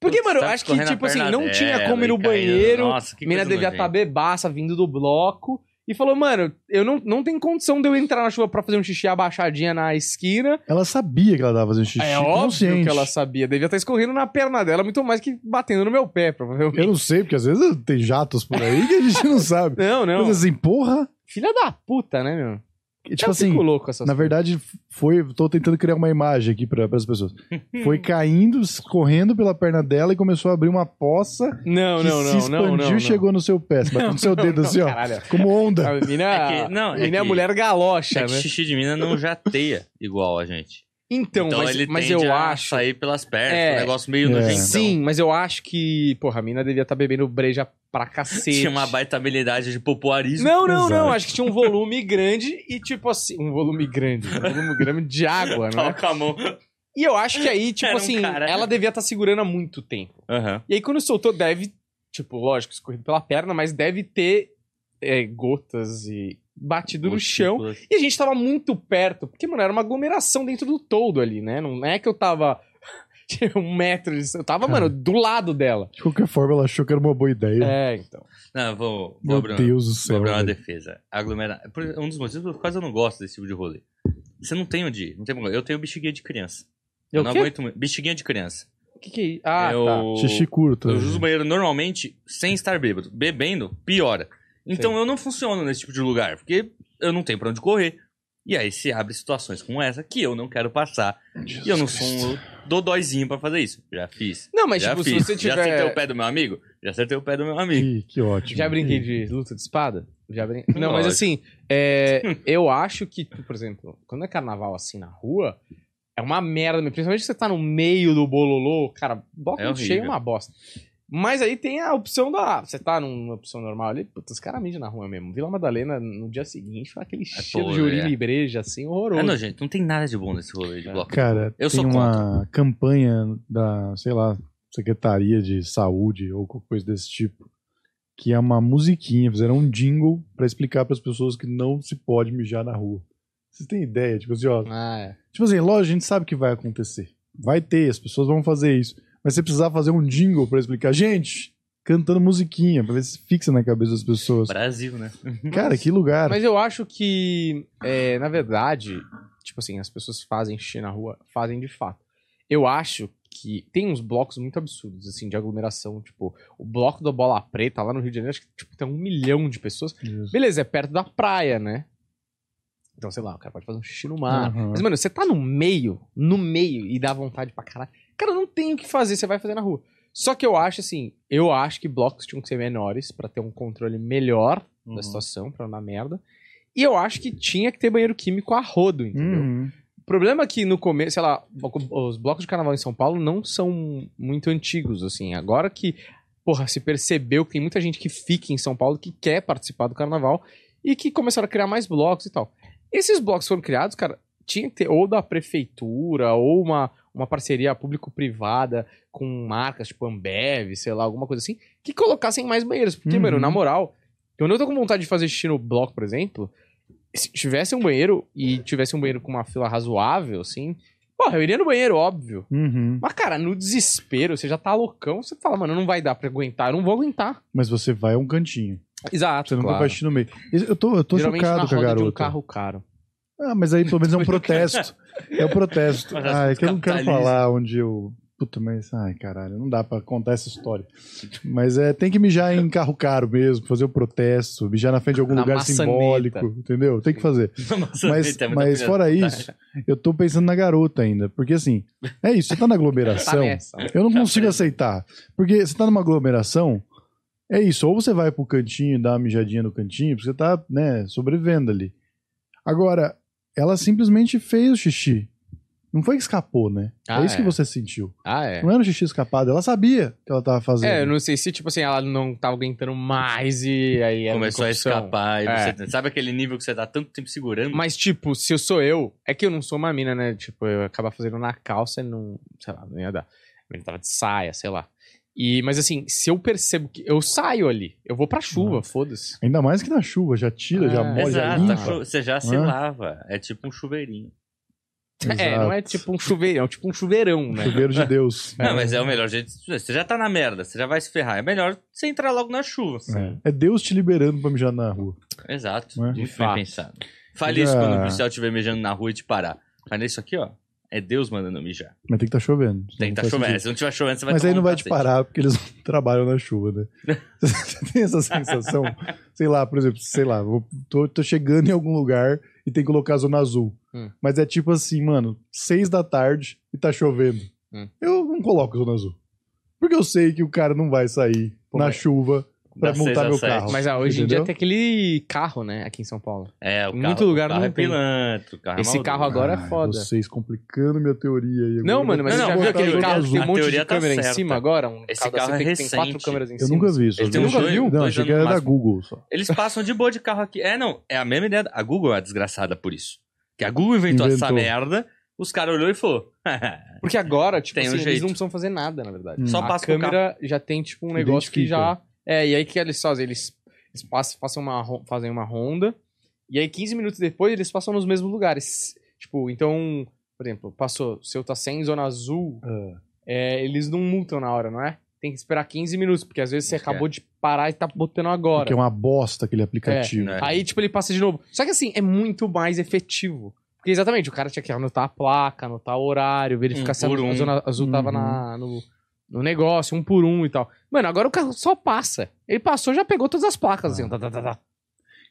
S1: Porque,
S3: Putz,
S1: mano, eu
S3: tá
S1: acho que,
S3: escorrendo a
S1: tipo assim,
S3: perna
S1: não tinha
S3: dela
S1: como ir no
S3: e caindo.
S1: banheiro.
S3: Nossa, que
S1: mina
S3: coisa
S1: devia tá estar
S3: nojenta.
S1: bebaça vindo do bloco. E falou, mano, eu não, não tem condição de eu entrar na chuva pra fazer um xixi abaixadinha na esquina.
S2: Ela sabia que ela tava fazendo xixi,
S1: é óbvio
S2: consciente.
S1: que ela sabia. Devia estar escorrendo na perna dela, muito mais que batendo no meu pé, provavelmente.
S2: Eu não sei, porque às vezes tem jatos por aí que a gente não sabe.
S1: Não, não.
S2: Mas assim, porra,
S1: Filha da puta, né, meu?
S2: Tipo assim,
S1: fico louco com essas
S2: na
S1: coisas.
S2: verdade, foi. Tô tentando criar uma imagem aqui para
S1: *laughs*
S2: as pessoas. Foi caindo, correndo pela perna dela e começou a abrir uma poça.
S1: Não,
S2: que
S1: não,
S2: se
S1: não,
S2: expandiu
S1: não, não, não.
S2: e chegou no seu pé. Bateu no seu
S1: *laughs*
S2: dedo
S1: não,
S2: assim, ó.
S1: caralho.
S2: Como onda.
S1: A mina,
S3: É que- não, é
S1: a mina é
S3: que-
S1: mulher galocha,
S3: É que
S1: né?
S3: xixi de mina não jateia igual a gente.
S1: Então,
S3: então
S1: mas,
S3: ele
S1: mas
S3: tende
S1: eu
S3: a
S1: acho.
S3: sair pelas pernas,
S1: É.
S3: um negócio meio Então,
S2: É.
S3: nojentão.
S1: Sim, mas eu acho que, porra, a mina devia estar bebendo breja pra cacete.
S3: Tinha uma baita habilidade de popuarismo.
S1: Não, não, não.
S2: Exato.
S1: Acho que tinha um volume grande e, tipo assim. Um volume grande. Um volume grande de água, né?
S3: Toca a mão.
S1: E eu acho que aí, tipo
S3: Era um
S1: assim,
S3: cara.
S1: ela devia estar segurando há muito tempo.
S3: Aham.
S1: E aí, quando soltou, deve. Tipo, lógico, escorrido pela perna, mas deve ter é, gotas e batido no chão. E a gente tava muito perto, porque, mano, era uma aglomeração dentro do todo ali, né? Não é que eu tava. *laughs* tinha um metro de. Eu tava, mano, do lado dela.
S2: De qualquer forma, ela achou que era uma boa ideia.
S1: É, então.
S3: Não, vou, vou
S2: Meu
S3: abrir uma-
S2: Deus do
S3: Vou
S2: céu.
S3: abrir uma
S2: velho.
S3: defesa. Aglomerar. por- Um dos motivos pelos quais eu não gosto desse tipo de rolê. Você não tem onde ir. Não tem como- Eu tenho bexiguinha de criança. Eu,
S1: Eu
S3: não
S1: É quê?
S3: aguento muito. Bexiguinha de criança.
S1: O que que é isso? Ah,
S3: eu...
S1: tá.
S2: Xixi curto. né?
S3: Eu uso o banheiro normalmente sem estar bêbado. Bebendo, piora. Então eu não funciono nesse tipo de lugar, porque eu não tenho pra onde correr. E aí se abre situações como essa que eu não quero passar.
S2: Jesus
S3: e eu não sou
S2: Cristo.
S3: um dodóizinho pra fazer isso. Já fiz.
S1: Não, mas,
S3: já
S1: tipo,
S3: fiz.
S1: se você
S3: Já acertei o
S1: tiver.
S3: pé do meu amigo? Já acertei o pé do meu amigo.
S2: Que, que ótimo.
S1: Já brinquei de luta de espada? Já brinquei. Não, mas
S3: Hum, Lógico.
S1: assim,
S3: *laughs*
S1: é, eu acho que, por exemplo, quando é carnaval assim na rua, é uma merda. mesmo. Principalmente se você tá no meio do bololô, cara, bota
S3: É
S1: um
S3: horrível.
S1: cheio é uma bosta. Mas aí tem a opção da. Você tá numa opção normal ali, puta, os caras mijam na rua mesmo. Vila Madalena, no dia seguinte, foi aquele cheiro de
S3: podre,
S1: urina
S3: é.
S1: e breja, assim, horroroso.
S3: É nojento, não tem nada de bom nesse rolê de
S1: É.
S3: bloco.
S2: Cara,
S3: Eu
S2: tem
S3: sou
S2: uma campanha da, sei lá, Secretaria de Saúde ou qualquer coisa desse tipo, que é uma musiquinha, fizeram um jingle pra explicar pras pessoas que não se pode mijar na rua. Vocês têm ideia? Tipo assim, ó,
S1: Ah, é.
S2: tipo assim, lógico, a gente sabe que vai acontecer. Vai ter, as pessoas vão fazer isso. Mas você precisar fazer um jingle pra explicar, gente, cantando musiquinha, pra ver se fixa na cabeça das pessoas.
S3: Brasil, né? *laughs*
S2: Cara, que lugar.
S1: Mas eu acho que, é, na verdade, tipo assim, as pessoas fazem xixi na rua, fazem de fato. Eu acho que tem uns blocos muito absurdos, assim, de aglomeração. Tipo, o bloco da Bola Preta lá no Rio de Janeiro, acho que tipo, tem um milhão de pessoas. Beleza, é perto da praia, né? Então, sei lá, o cara pode fazer um xixi no mar.
S2: Aham.
S1: Mas, mano, você tá no meio, no meio, e dá vontade pra caralho. Cara, não tem o que fazer, você vai fazer na rua. Só que eu acho, assim, eu acho que blocos tinham que ser menores pra ter um controle melhor
S2: Uhum.
S1: da situação pra não dar merda. E eu acho que tinha que ter banheiro químico a rodo, entendeu?
S2: Uhum.
S1: O problema é que no começo, sei lá, os blocos de carnaval em São Paulo não são muito antigos, assim. Agora que, porra, se percebeu que tem muita gente que fica em São Paulo que quer participar do carnaval e que começaram a criar mais blocos e tal. Esses blocos foram criados, cara, tinha que ter ou da prefeitura ou uma, uma parceria público-privada com marcas tipo Ambev, sei lá, alguma coisa assim, que colocassem mais banheiros. Porque,
S2: Uhum.
S1: mano, na moral, quando eu tô com vontade de fazer xixi no bloco, por exemplo, se tivesse um banheiro e tivesse um banheiro com uma fila razoável, assim, porra, eu iria no banheiro, óbvio.
S2: Uhum.
S1: Mas, cara, no desespero, você já tá loucão, você fala, mano, não vai dar pra aguentar, eu não vou aguentar.
S2: Mas você vai a um cantinho.
S1: Exato,
S2: Você nunca vai assistir no meio. Eu tô, eu tô
S1: Geralmente na
S2: chocado com a
S1: roda de
S2: garota.
S1: um carro caro.
S2: Ah, mas aí pelo menos
S1: *laughs*
S2: é um protesto. é um protesto.
S3: Mas
S2: Ah, é que eu não quero
S3: capitalismo.
S2: falar onde eu. Puta, mas. Ai, caralho, não dá pra contar essa história. Mas é, tem que mijar em carro caro mesmo, fazer o protesto, mijar na frente de algum
S1: Na
S2: lugar
S1: maçaneta. é
S2: simbólico, entendeu? Tem que fazer. Mas, mas fora isso, eu tô pensando na garota ainda. Porque assim, é isso, você tá
S1: *laughs*
S2: na
S1: Tá
S2: aglomeração.
S1: nessa.
S2: Eu não
S3: Tá
S2: consigo
S1: é.
S3: preso.
S2: aceitar. Porque você tá numa aglomeração, é isso. Ou você vai pro cantinho, dá uma mijadinha no cantinho, porque você tá, né, sobrevivendo ali. Agora, ela simplesmente fez o xixi. Não foi que escapou, né?
S1: Ah,
S2: é isso
S1: é.
S2: que você sentiu.
S1: Ah, é.
S2: Não era um xixi escapado, ela sabia que ela tava fazendo.
S1: É, eu não sei se, tipo assim, ela não tava aguentando mais e aí é era
S3: Começou a
S1: corrupção.
S3: escapar. e
S1: É.
S3: você- Sabe aquele nível que você tá tanto tempo segurando?
S1: Mas, tipo, se eu sou eu, é que eu não sou uma mina, né? Tipo, eu ia acabar fazendo na calça e não. Sei lá, não ia dar. Ele tava de saia, sei lá. E, mas assim, se eu percebo que. Eu saio ali. Eu vou pra chuva, foda-se.
S2: Ainda mais que na chuva, já tira, já
S1: Ah,
S2: molha, já
S3: Exato,
S2: limpa.
S3: a chu- você já se
S2: Hã?
S3: lava. É tipo um chuveirinho.
S1: *laughs* É, não é
S2: Exato.
S1: tipo um chuveirão, é tipo um chuveirão, né?
S2: Chuveiro de
S1: *laughs*
S2: Deus.
S3: Não, mas é o melhor jeito. Você já tá na merda, você já vai se ferrar. É melhor você entrar logo na chuva. assim.
S2: É. É Deus te liberando pra mijar na rua.
S3: Exato.
S2: Não é?
S3: Muito
S1: De
S3: bem
S1: fato.
S3: pensado. Fale isso
S2: Já-
S3: quando o policial estiver mijando na rua e te parar. Mas isso aqui, ó. É Deus mandando mijar.
S2: Mas tem que estar chovendo.
S3: Tem que
S2: Não
S3: tá
S2: faz
S3: chovendo.
S2: sentido.
S3: Se não tiver chovendo, você vai
S2: Mas aí
S3: tomar
S2: não
S3: um
S2: vai te
S3: cacete.
S2: parar, porque eles *laughs* não trabalham na chuva,
S1: *laughs*
S2: né? Você tem essa sensação? Sei lá, por exemplo, sei lá, vou- tô, tô chegando em algum lugar e tem que colocar a zona azul.
S1: Hum.
S2: Mas é tipo assim, mano, seis da tarde e tá chovendo.
S1: Hum.
S2: Eu não coloco a zona azul. Porque eu sei que o cara não vai sair
S1: Pô,
S2: na
S1: mas-
S2: chuva pra
S3: Das
S2: montar
S3: seis
S2: meu
S3: às sete.
S2: carro.
S1: Mas ah, hoje em
S2: Entendeu?
S1: dia tem aquele carro, né? Aqui em São Paulo.
S3: É, o carro,
S1: Muito lugar
S3: o carro
S1: não
S3: é
S1: tem.
S3: pilantra, o carro é
S1: Esse
S3: maldoso.
S1: carro agora é
S2: Ai,
S1: foda.
S2: Vocês complicando minha teoria aí.
S1: Não,
S2: agora.
S1: mano, mas
S3: Não,
S1: você já
S3: não,
S1: viu
S3: porque
S1: aquele
S3: a
S1: carro que tem
S3: teoria-
S1: um
S3: a
S1: monte de
S3: teoria tá
S1: câmera em
S3: certa.
S1: cima agora? Um
S3: Esse
S1: carro da
S3: carro é
S1: CP que tem quatro
S3: recente.
S1: câmeras em
S2: Eu
S1: cima.
S2: nunca vi isso.
S3: Ele tem
S1: um
S2: eu
S3: uns
S2: nunca
S3: dois-
S2: vi. Não,
S3: dois
S2: achei que
S3: anos
S2: era da
S3: máximo.
S2: Google só.
S3: Eles passam de boa de carro aqui. É, não, é a mesma ideia. da- A Google é desgraçada por isso. Que a Google inventou,
S2: Inventou.
S3: essa merda, os caras olhou e falou. *laughs*
S1: Porque agora, tipo
S3: Tem um
S1: assim, eles
S3: jeito.
S1: não precisam fazer nada, na verdade.
S2: Hum.
S3: Só
S1: a
S3: passa pro
S1: câmera já tem, tipo, um negócio que
S2: Identifica.
S1: já... É, e aí que eles fazem? Eles, eles passam, passam uma, ro- fazem uma ronda, e aí 15 minutos depois eles passam nos mesmos lugares. Tipo, então, por exemplo, passou, se eu tá sem zona azul,
S2: Ah.
S1: é, eles não multam na hora, não é? Tem que esperar 15 minutos, porque às vezes você
S3: Acho que é.
S1: acabou de parar e tá botando agora.
S2: Porque é uma bosta aquele aplicativo.
S3: É, né?
S1: Aí, tipo, ele passa de novo. Só que assim, é muito mais efetivo. Porque exatamente, o cara tinha que anotar a placa, anotar o horário, verificar
S3: Um
S1: se a,
S3: por
S1: a
S3: um.
S1: zona azul tava
S2: Uhum.
S1: na, no, no negócio, um por um e tal. Mano, agora o carro só passa. Ele passou, já pegou todas as placas, assim. ó, tá, tá, tá, tá.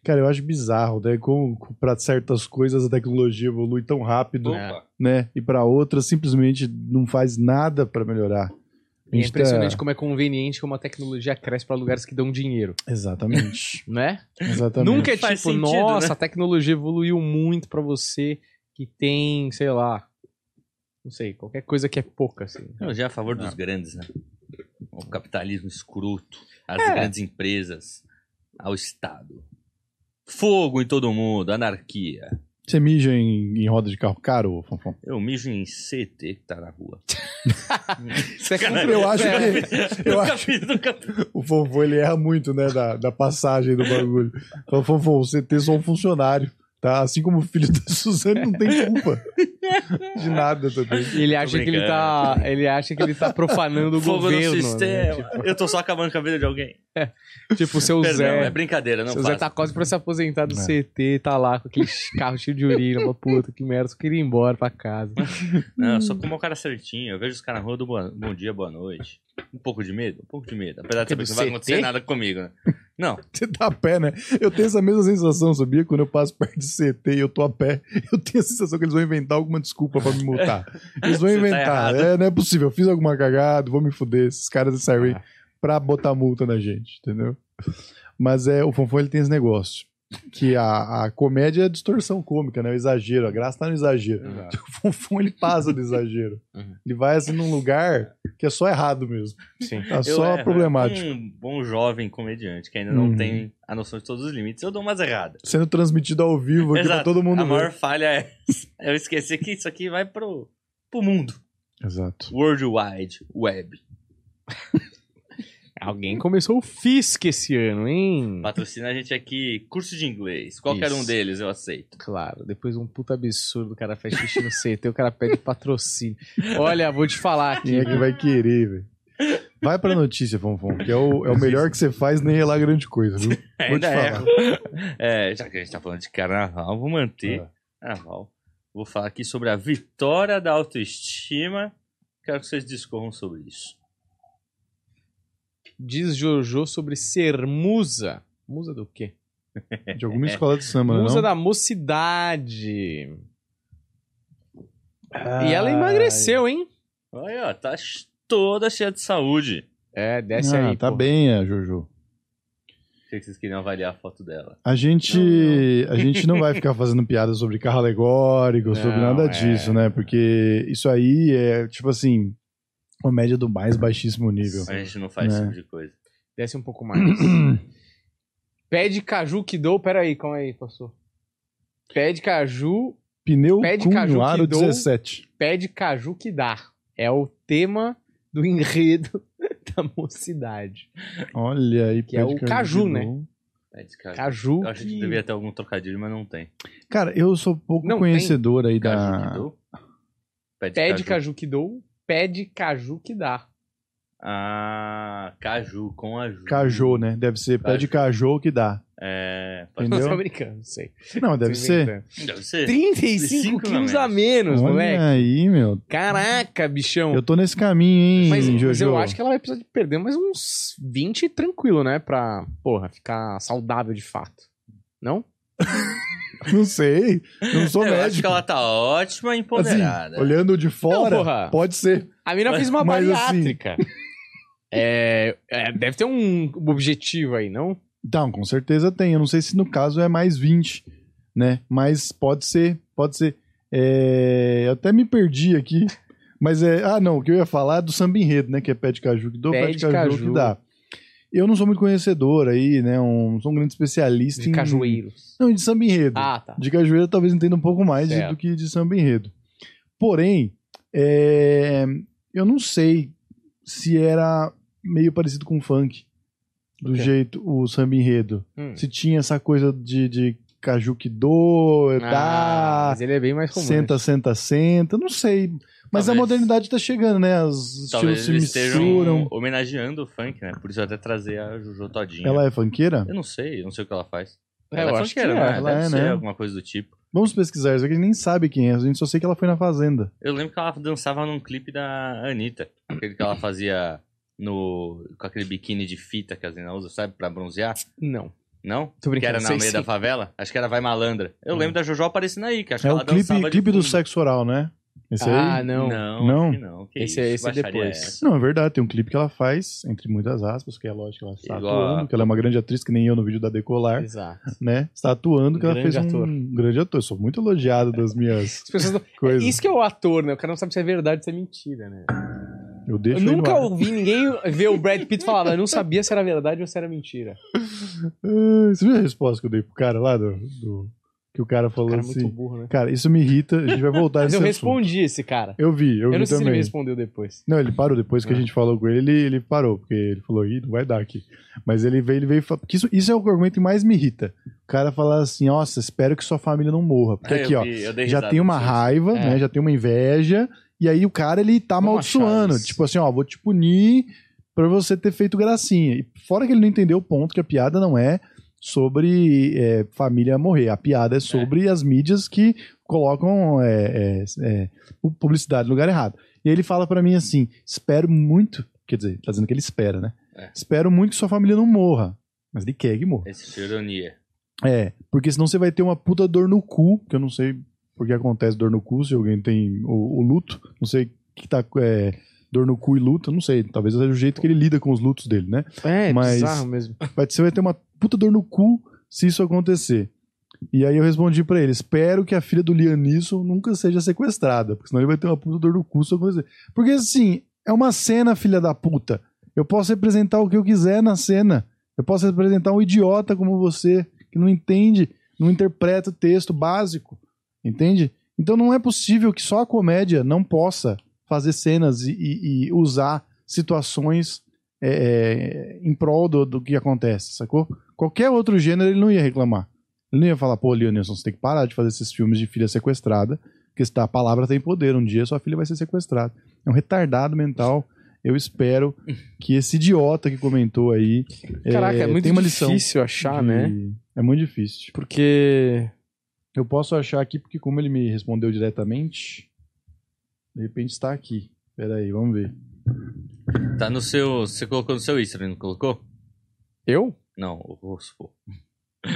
S2: Cara, eu acho bizarro, né? Como pra certas coisas a tecnologia evolui tão rápido,
S1: É.
S3: Opa.
S2: né? E pra outras simplesmente não faz nada pra melhorar. A
S1: E é
S2: gente tá-
S1: impressionante como é conveniente como a tecnologia cresce pra lugares que dão dinheiro, *laughs*
S2: Exatamente.
S1: né?
S2: Exatamente.
S1: Nunca é tipo,
S3: Faz sentido,
S1: nossa,
S3: né?
S1: a tecnologia evoluiu muito pra você que tem, sei lá, não sei, qualquer coisa que é pouca, assim.
S3: Não, já é a favor dos grandes, né? O capitalismo escroto, as
S1: É.
S3: grandes empresas, ao Estado. Fogo em todo mundo, anarquia.
S2: Você mija em, em roda de carro caro, Fonfon?
S3: Eu mijo em CT que tá na rua.
S1: Isso é
S3: Cara,
S2: eu acho
S1: É.
S2: que- eu
S3: nunca
S2: acho-
S3: fiz, nunca fiz.
S2: O Fonfon, ele erra muito, né? Da, da passagem do bagulho. Fala, Fonfon, você tem só um funcionário, tá? Assim como o filho da Suzane não tem culpa de nada tá também.
S1: E Ele acha que ele tá, ele acha que ele tá profanando o
S3: Fogo no
S1: governo.
S3: sistema. Eu tô só acabando com a vida de alguém.
S1: né? Tipo, o seu
S3: Perdão, é
S1: Zé.
S3: brincadeira, não
S1: seu
S3: faço.
S1: Zé tá quase pra se aposentar do
S2: É.
S1: CT, tá lá com aquele carro cheio de urina, uma puta que merda, só queria ir embora pra casa.
S3: Não, eu sou como um cara certinho. Eu vejo os caras na rua do boa- bom dia, boa noite. Um pouco de medo? Um pouco de medo. Apesar de
S1: Que
S3: saber que
S1: do
S3: não vai
S1: CT?
S3: acontecer nada comigo, né? Não,
S2: Você tá a pé, né? Eu tenho essa mesma sensação, sabia? Quando eu passo perto de CT e eu tô a pé, eu tenho a sensação que eles vão inventar alguma desculpa pra me multar. Eles vão
S3: Você tá
S2: inventar.
S3: errado.
S2: é, não é possível. Eu fiz alguma cagada, vou me fuder. Esses caras saem
S1: Ah.
S2: pra botar multa na gente, entendeu? Mas é, o Fonfon ele tem esse negócio. Que a, a comédia é a distorção cômica, né? O exagero. A graça tá no exagero. O Fonfon ele passa do exagero.
S1: Uhum.
S2: Ele vai assim num lugar que é só errado mesmo.
S1: Sim.
S2: Tá
S3: Eu
S2: só
S3: erro.
S2: problemático.
S3: Um bom jovem comediante que ainda não
S2: Uhum.
S3: tem a noção de todos os limites, eu dou umas erradas.
S2: Sendo transmitido ao vivo aqui pra
S3: Exato.
S2: todo mundo
S3: a
S2: ver.
S3: maior falha é essa. *laughs* eu esquecer que isso aqui vai pro, pro mundo.
S2: Exato.
S3: World Wide Web.
S1: Alguém começou o FISC esse ano, hein?
S3: Patrocina a gente aqui, curso de inglês. Qualquer
S1: Isso.
S3: um deles eu aceito.
S1: Claro, depois um puta absurdo, o cara faz xixi no CT, o cara pede patrocínio. Olha, vou te falar aqui.
S2: Quem é que vai querer, velho? Vai pra notícia, Fonfon, que é o, é o melhor que você faz, nem é lá grande coisa, viu? Vou te
S3: Ainda
S2: falar. Ah.
S3: erro. *laughs* É, já que a gente tá falando de carnaval, vou manter carnaval. Vou falar aqui sobre a vitória da autoestima. Quero que vocês discorram sobre isso.
S1: Diz Jojo sobre ser musa. Musa do quê?
S2: É. De alguma escola de samba,
S1: musa
S2: não?
S1: da mocidade.
S2: Ah,
S1: E ela emagreceu, hein?
S3: Olha, ó, tá ch- toda cheia de saúde.
S1: É, desce
S2: Ah,
S1: aí.
S2: tá
S1: pô.
S2: bem, a Jojo.
S3: Achei que vocês queriam avaliar a foto dela.
S2: A gente, a gente não vai ficar fazendo piada sobre carro alegórico, sobre
S1: Não,
S2: nada
S1: é.
S2: disso, né? Porque isso aí é, tipo assim, comédia do mais baixíssimo nível.
S3: A gente não faz esse
S2: Né.
S3: tipo de coisa.
S1: Desce um pouco
S2: *clears throat*
S1: mais. Pé de caju que dou. Pera aí, calma aí, passou. Pé de caju,
S2: Pneu
S1: Pé de
S2: com
S1: caju que
S2: aro
S1: dou.
S2: 17.
S1: pé de caju que dá. É o tema do enredo *laughs* da mocidade.
S2: Olha aí,
S1: Que é
S2: pé de
S1: o caju,
S2: que
S1: né?
S2: dou.
S3: É de caju.
S1: Caju
S3: Eu achei que
S1: que...
S3: devia ter algum trocadilho, mas não tem.
S2: Cara, eu sou um pouco
S1: Não, tem.
S2: conhecedor aí
S3: Caju que
S2: da...
S3: dou? Pé de
S1: Pé
S3: caju.
S1: de caju que dou. Pé de caju que dá. *laughs*
S3: Ah, caju, com a Ju.
S2: Cajô, né? Deve ser pé de cajô que dá.
S1: *laughs*
S3: É, pode
S1: Eu
S2: Entendeu?
S1: tô brincando, não sei.
S2: Não, deve
S1: Tô
S2: ser.
S1: inventando.
S3: deve ser.
S1: 35
S3: Cinco é
S1: quilos
S3: a
S1: a menos, moleque.
S2: Olha aí, meu.
S1: Caraca, bichão.
S2: Eu tô nesse caminho, hein,
S1: Mas, mas
S2: Jojo?
S1: eu acho que ela vai precisar de perder mais uns 20 tranquilo, né? Pra, porra, ficar saudável de fato. Não?
S2: *laughs* Não sei. Não sou
S3: Eu acho
S2: médico.
S3: que ela tá ótima e
S2: Assim,
S3: empoderada.
S2: olhando de
S1: Não,
S2: fora,
S1: porra.
S2: pode ser.
S1: A mina fez uma
S2: Mas, assim- *laughs*
S1: bariátrica. É, é, deve ter um objetivo aí, não?
S2: Então, com certeza tem. Eu não sei se no caso é mais 20, né? Mas pode ser, pode ser. É, Eu até me perdi aqui. Mas é. Ah, não, o que eu ia falar é do samba enredo, né? Que é pé de caju que dou, pé, de caju, que dá. Eu não sou muito conhecedor aí, né? Um, sou um grande especialista
S1: De
S2: em.
S1: cajueiros.
S2: Não, de samba enredo.
S1: Ah, tá.
S2: De cajueiro talvez entenda um pouco mais de-
S1: Certo.
S2: do que de samba enredo. Porém, é, eu não sei se era meio parecido com funk, do
S1: quê?
S2: jeito o samba enredo.
S1: Hum.
S2: Se tinha essa coisa de, de caju que do, é
S1: Ah,
S2: dá,
S1: mas ele é bem mais comum.
S2: senta, senta, senta, não sei. Mas a
S3: Talvez-
S2: modernidade tá chegando, né? Os
S3: Talvez
S2: estilos se
S3: eles
S2: misturam.
S3: estejam homenageando o funk, né? Por isso eu até trazer a Juju Todinha.
S2: Ela é funkeira?
S3: Eu não sei, eu não sei o que ela faz.
S1: Né?
S3: ela
S1: eu
S3: é
S1: acho que
S3: funkeira, né?
S1: é.
S2: Ela
S3: Deve
S2: é,
S3: ser
S2: né?
S3: alguma coisa do tipo.
S2: Vamos pesquisar isso aqui, a gente nem sabe quem é, a gente só sei que ela foi na Fazenda.
S3: Eu lembro que ela dançava num clipe da Anitta. Aquele que ela fazia no, com aquele biquíni de fita que a Zena usa, sabe? Pra bronzear.
S1: Não.
S3: Não?
S1: Tô
S3: Que
S1: brincando.
S3: era na
S1: sei
S3: meio
S1: sim.
S3: da favela? Acho que era Vai Malandra. Eu
S1: Hum.
S3: lembro da Jojo aparecendo aí, que acho
S2: É
S3: que
S2: o
S3: ela
S2: clipe,
S3: dançava de
S2: clipe do
S3: fundo.
S2: sexo oral, né? Esse aí?
S1: Ah, não.
S3: Não,
S2: Não?
S3: acho que não. Que
S1: Esse é-
S3: isso,
S1: esse é
S3: baixaria
S1: depois.
S3: essa.
S2: Não, é verdade. Tem um clipe que ela faz, entre muitas aspas, que é lógico, ela está
S3: Igual a-
S2: atuando, que ela é uma grande atriz, que nem eu no vídeo da Decolar,
S1: Exato.
S2: né? Está atuando, que ela
S1: Grande
S2: fez um
S1: ator.
S2: grande ator. Eu sou muito elogiado das minhas
S1: As pessoas não-
S2: coisas.
S1: Isso que *laughs* é o ator, né? O cara não sabe se é verdade ou se é mentira, né?
S2: Eu deixo
S1: eu nunca
S2: aí no ar.
S1: ouvi ninguém ver o Brad Pitt falar, eu não sabia se era verdade ou se era mentira.
S2: Ah, Você viu a resposta que eu dei pro cara lá? Do, do- Que o cara
S1: O
S2: falou
S1: cara é
S2: assim...
S1: muito burro, né?
S2: Cara, isso me irrita, a gente vai voltar
S1: Mas
S2: nesse
S1: eu
S2: assunto.
S1: respondi esse cara.
S2: Eu vi, eu,
S1: Eu,
S2: vi
S1: não sei se ele
S2: também.
S1: me respondeu depois.
S2: Não, ele parou. Depois que
S1: Ah.
S2: a gente falou com ele, ele, ele parou, porque ele falou, ih, não vai dar aqui. Mas ele veio, ele veio e falou. Porque isso, isso é o argumento que mais me irrita. O cara falar assim, nossa, espero que sua família não morra. Porque
S3: Ah, eu
S2: aqui, ó,
S3: vi, eu dei
S2: já
S3: risada
S2: tem uma
S3: disso.
S2: raiva,
S1: É.
S2: né? Já tem uma inveja. E aí o cara, ele tá
S1: Vamos
S2: amaldiçoando.
S1: achar isso.
S2: Tipo assim, ó, vou te punir pra você ter feito gracinha. E fora que ele não entendeu o ponto que a piada não é sobre é, família morrer. A piada é sobre as mídias que colocam é, é, é, pu- publicidade no lugar errado. E aí ele fala pra mim assim, espero muito... Quer dizer, tá dizendo que ele espera, né?
S3: É.
S2: Espero muito que sua família não morra. Mas ele quer que morra.
S3: Esse é ironia.
S2: É, porque senão você vai ter uma puta dor no cu, que eu não sei porque acontece dor no cu, se alguém tem o, o luto, não sei que tá é, dor no cu e luto, não sei, talvez seja o jeito que ele lida com os lutos dele, né?
S1: É,
S2: Mas-
S1: bizarro mesmo.
S2: Vai, você vai ter uma puta dor no cu se isso acontecer. E aí eu respondi pra ele, espero que a filha do Lianisson nunca seja sequestrada, porque senão ele vai ter uma puta dor no cu se isso acontecer. Porque assim, é uma cena, filha da puta. Eu posso representar o que eu quiser na cena. Eu posso representar um idiota como você, que não entende, não interpreta o texto básico, entende? Então não é possível que só a comédia não possa fazer cenas e, e- e usar situações é, é, em prol do, do que acontece, sacou? Qualquer outro gênero ele não ia reclamar. Ele não ia falar, pô, Leonilson, você tem que parar de fazer esses filmes de filha sequestrada, porque se tá- a palavra tem poder, um dia sua filha vai ser sequestrada. É um retardado mental. Eu espero que esse idiota que comentou aí.
S1: Caraca, é, muito
S2: tem uma lição
S1: difícil achar,
S2: de-
S1: né?
S2: É muito difícil.
S1: Porque.
S2: Eu posso achar aqui, porque como ele me respondeu diretamente, de repente está aqui. Pera aí, vamos ver.
S3: Tá no seu. Você colocou no seu Instagram, não colocou?
S1: Eu?
S3: Não, o rosto, pô.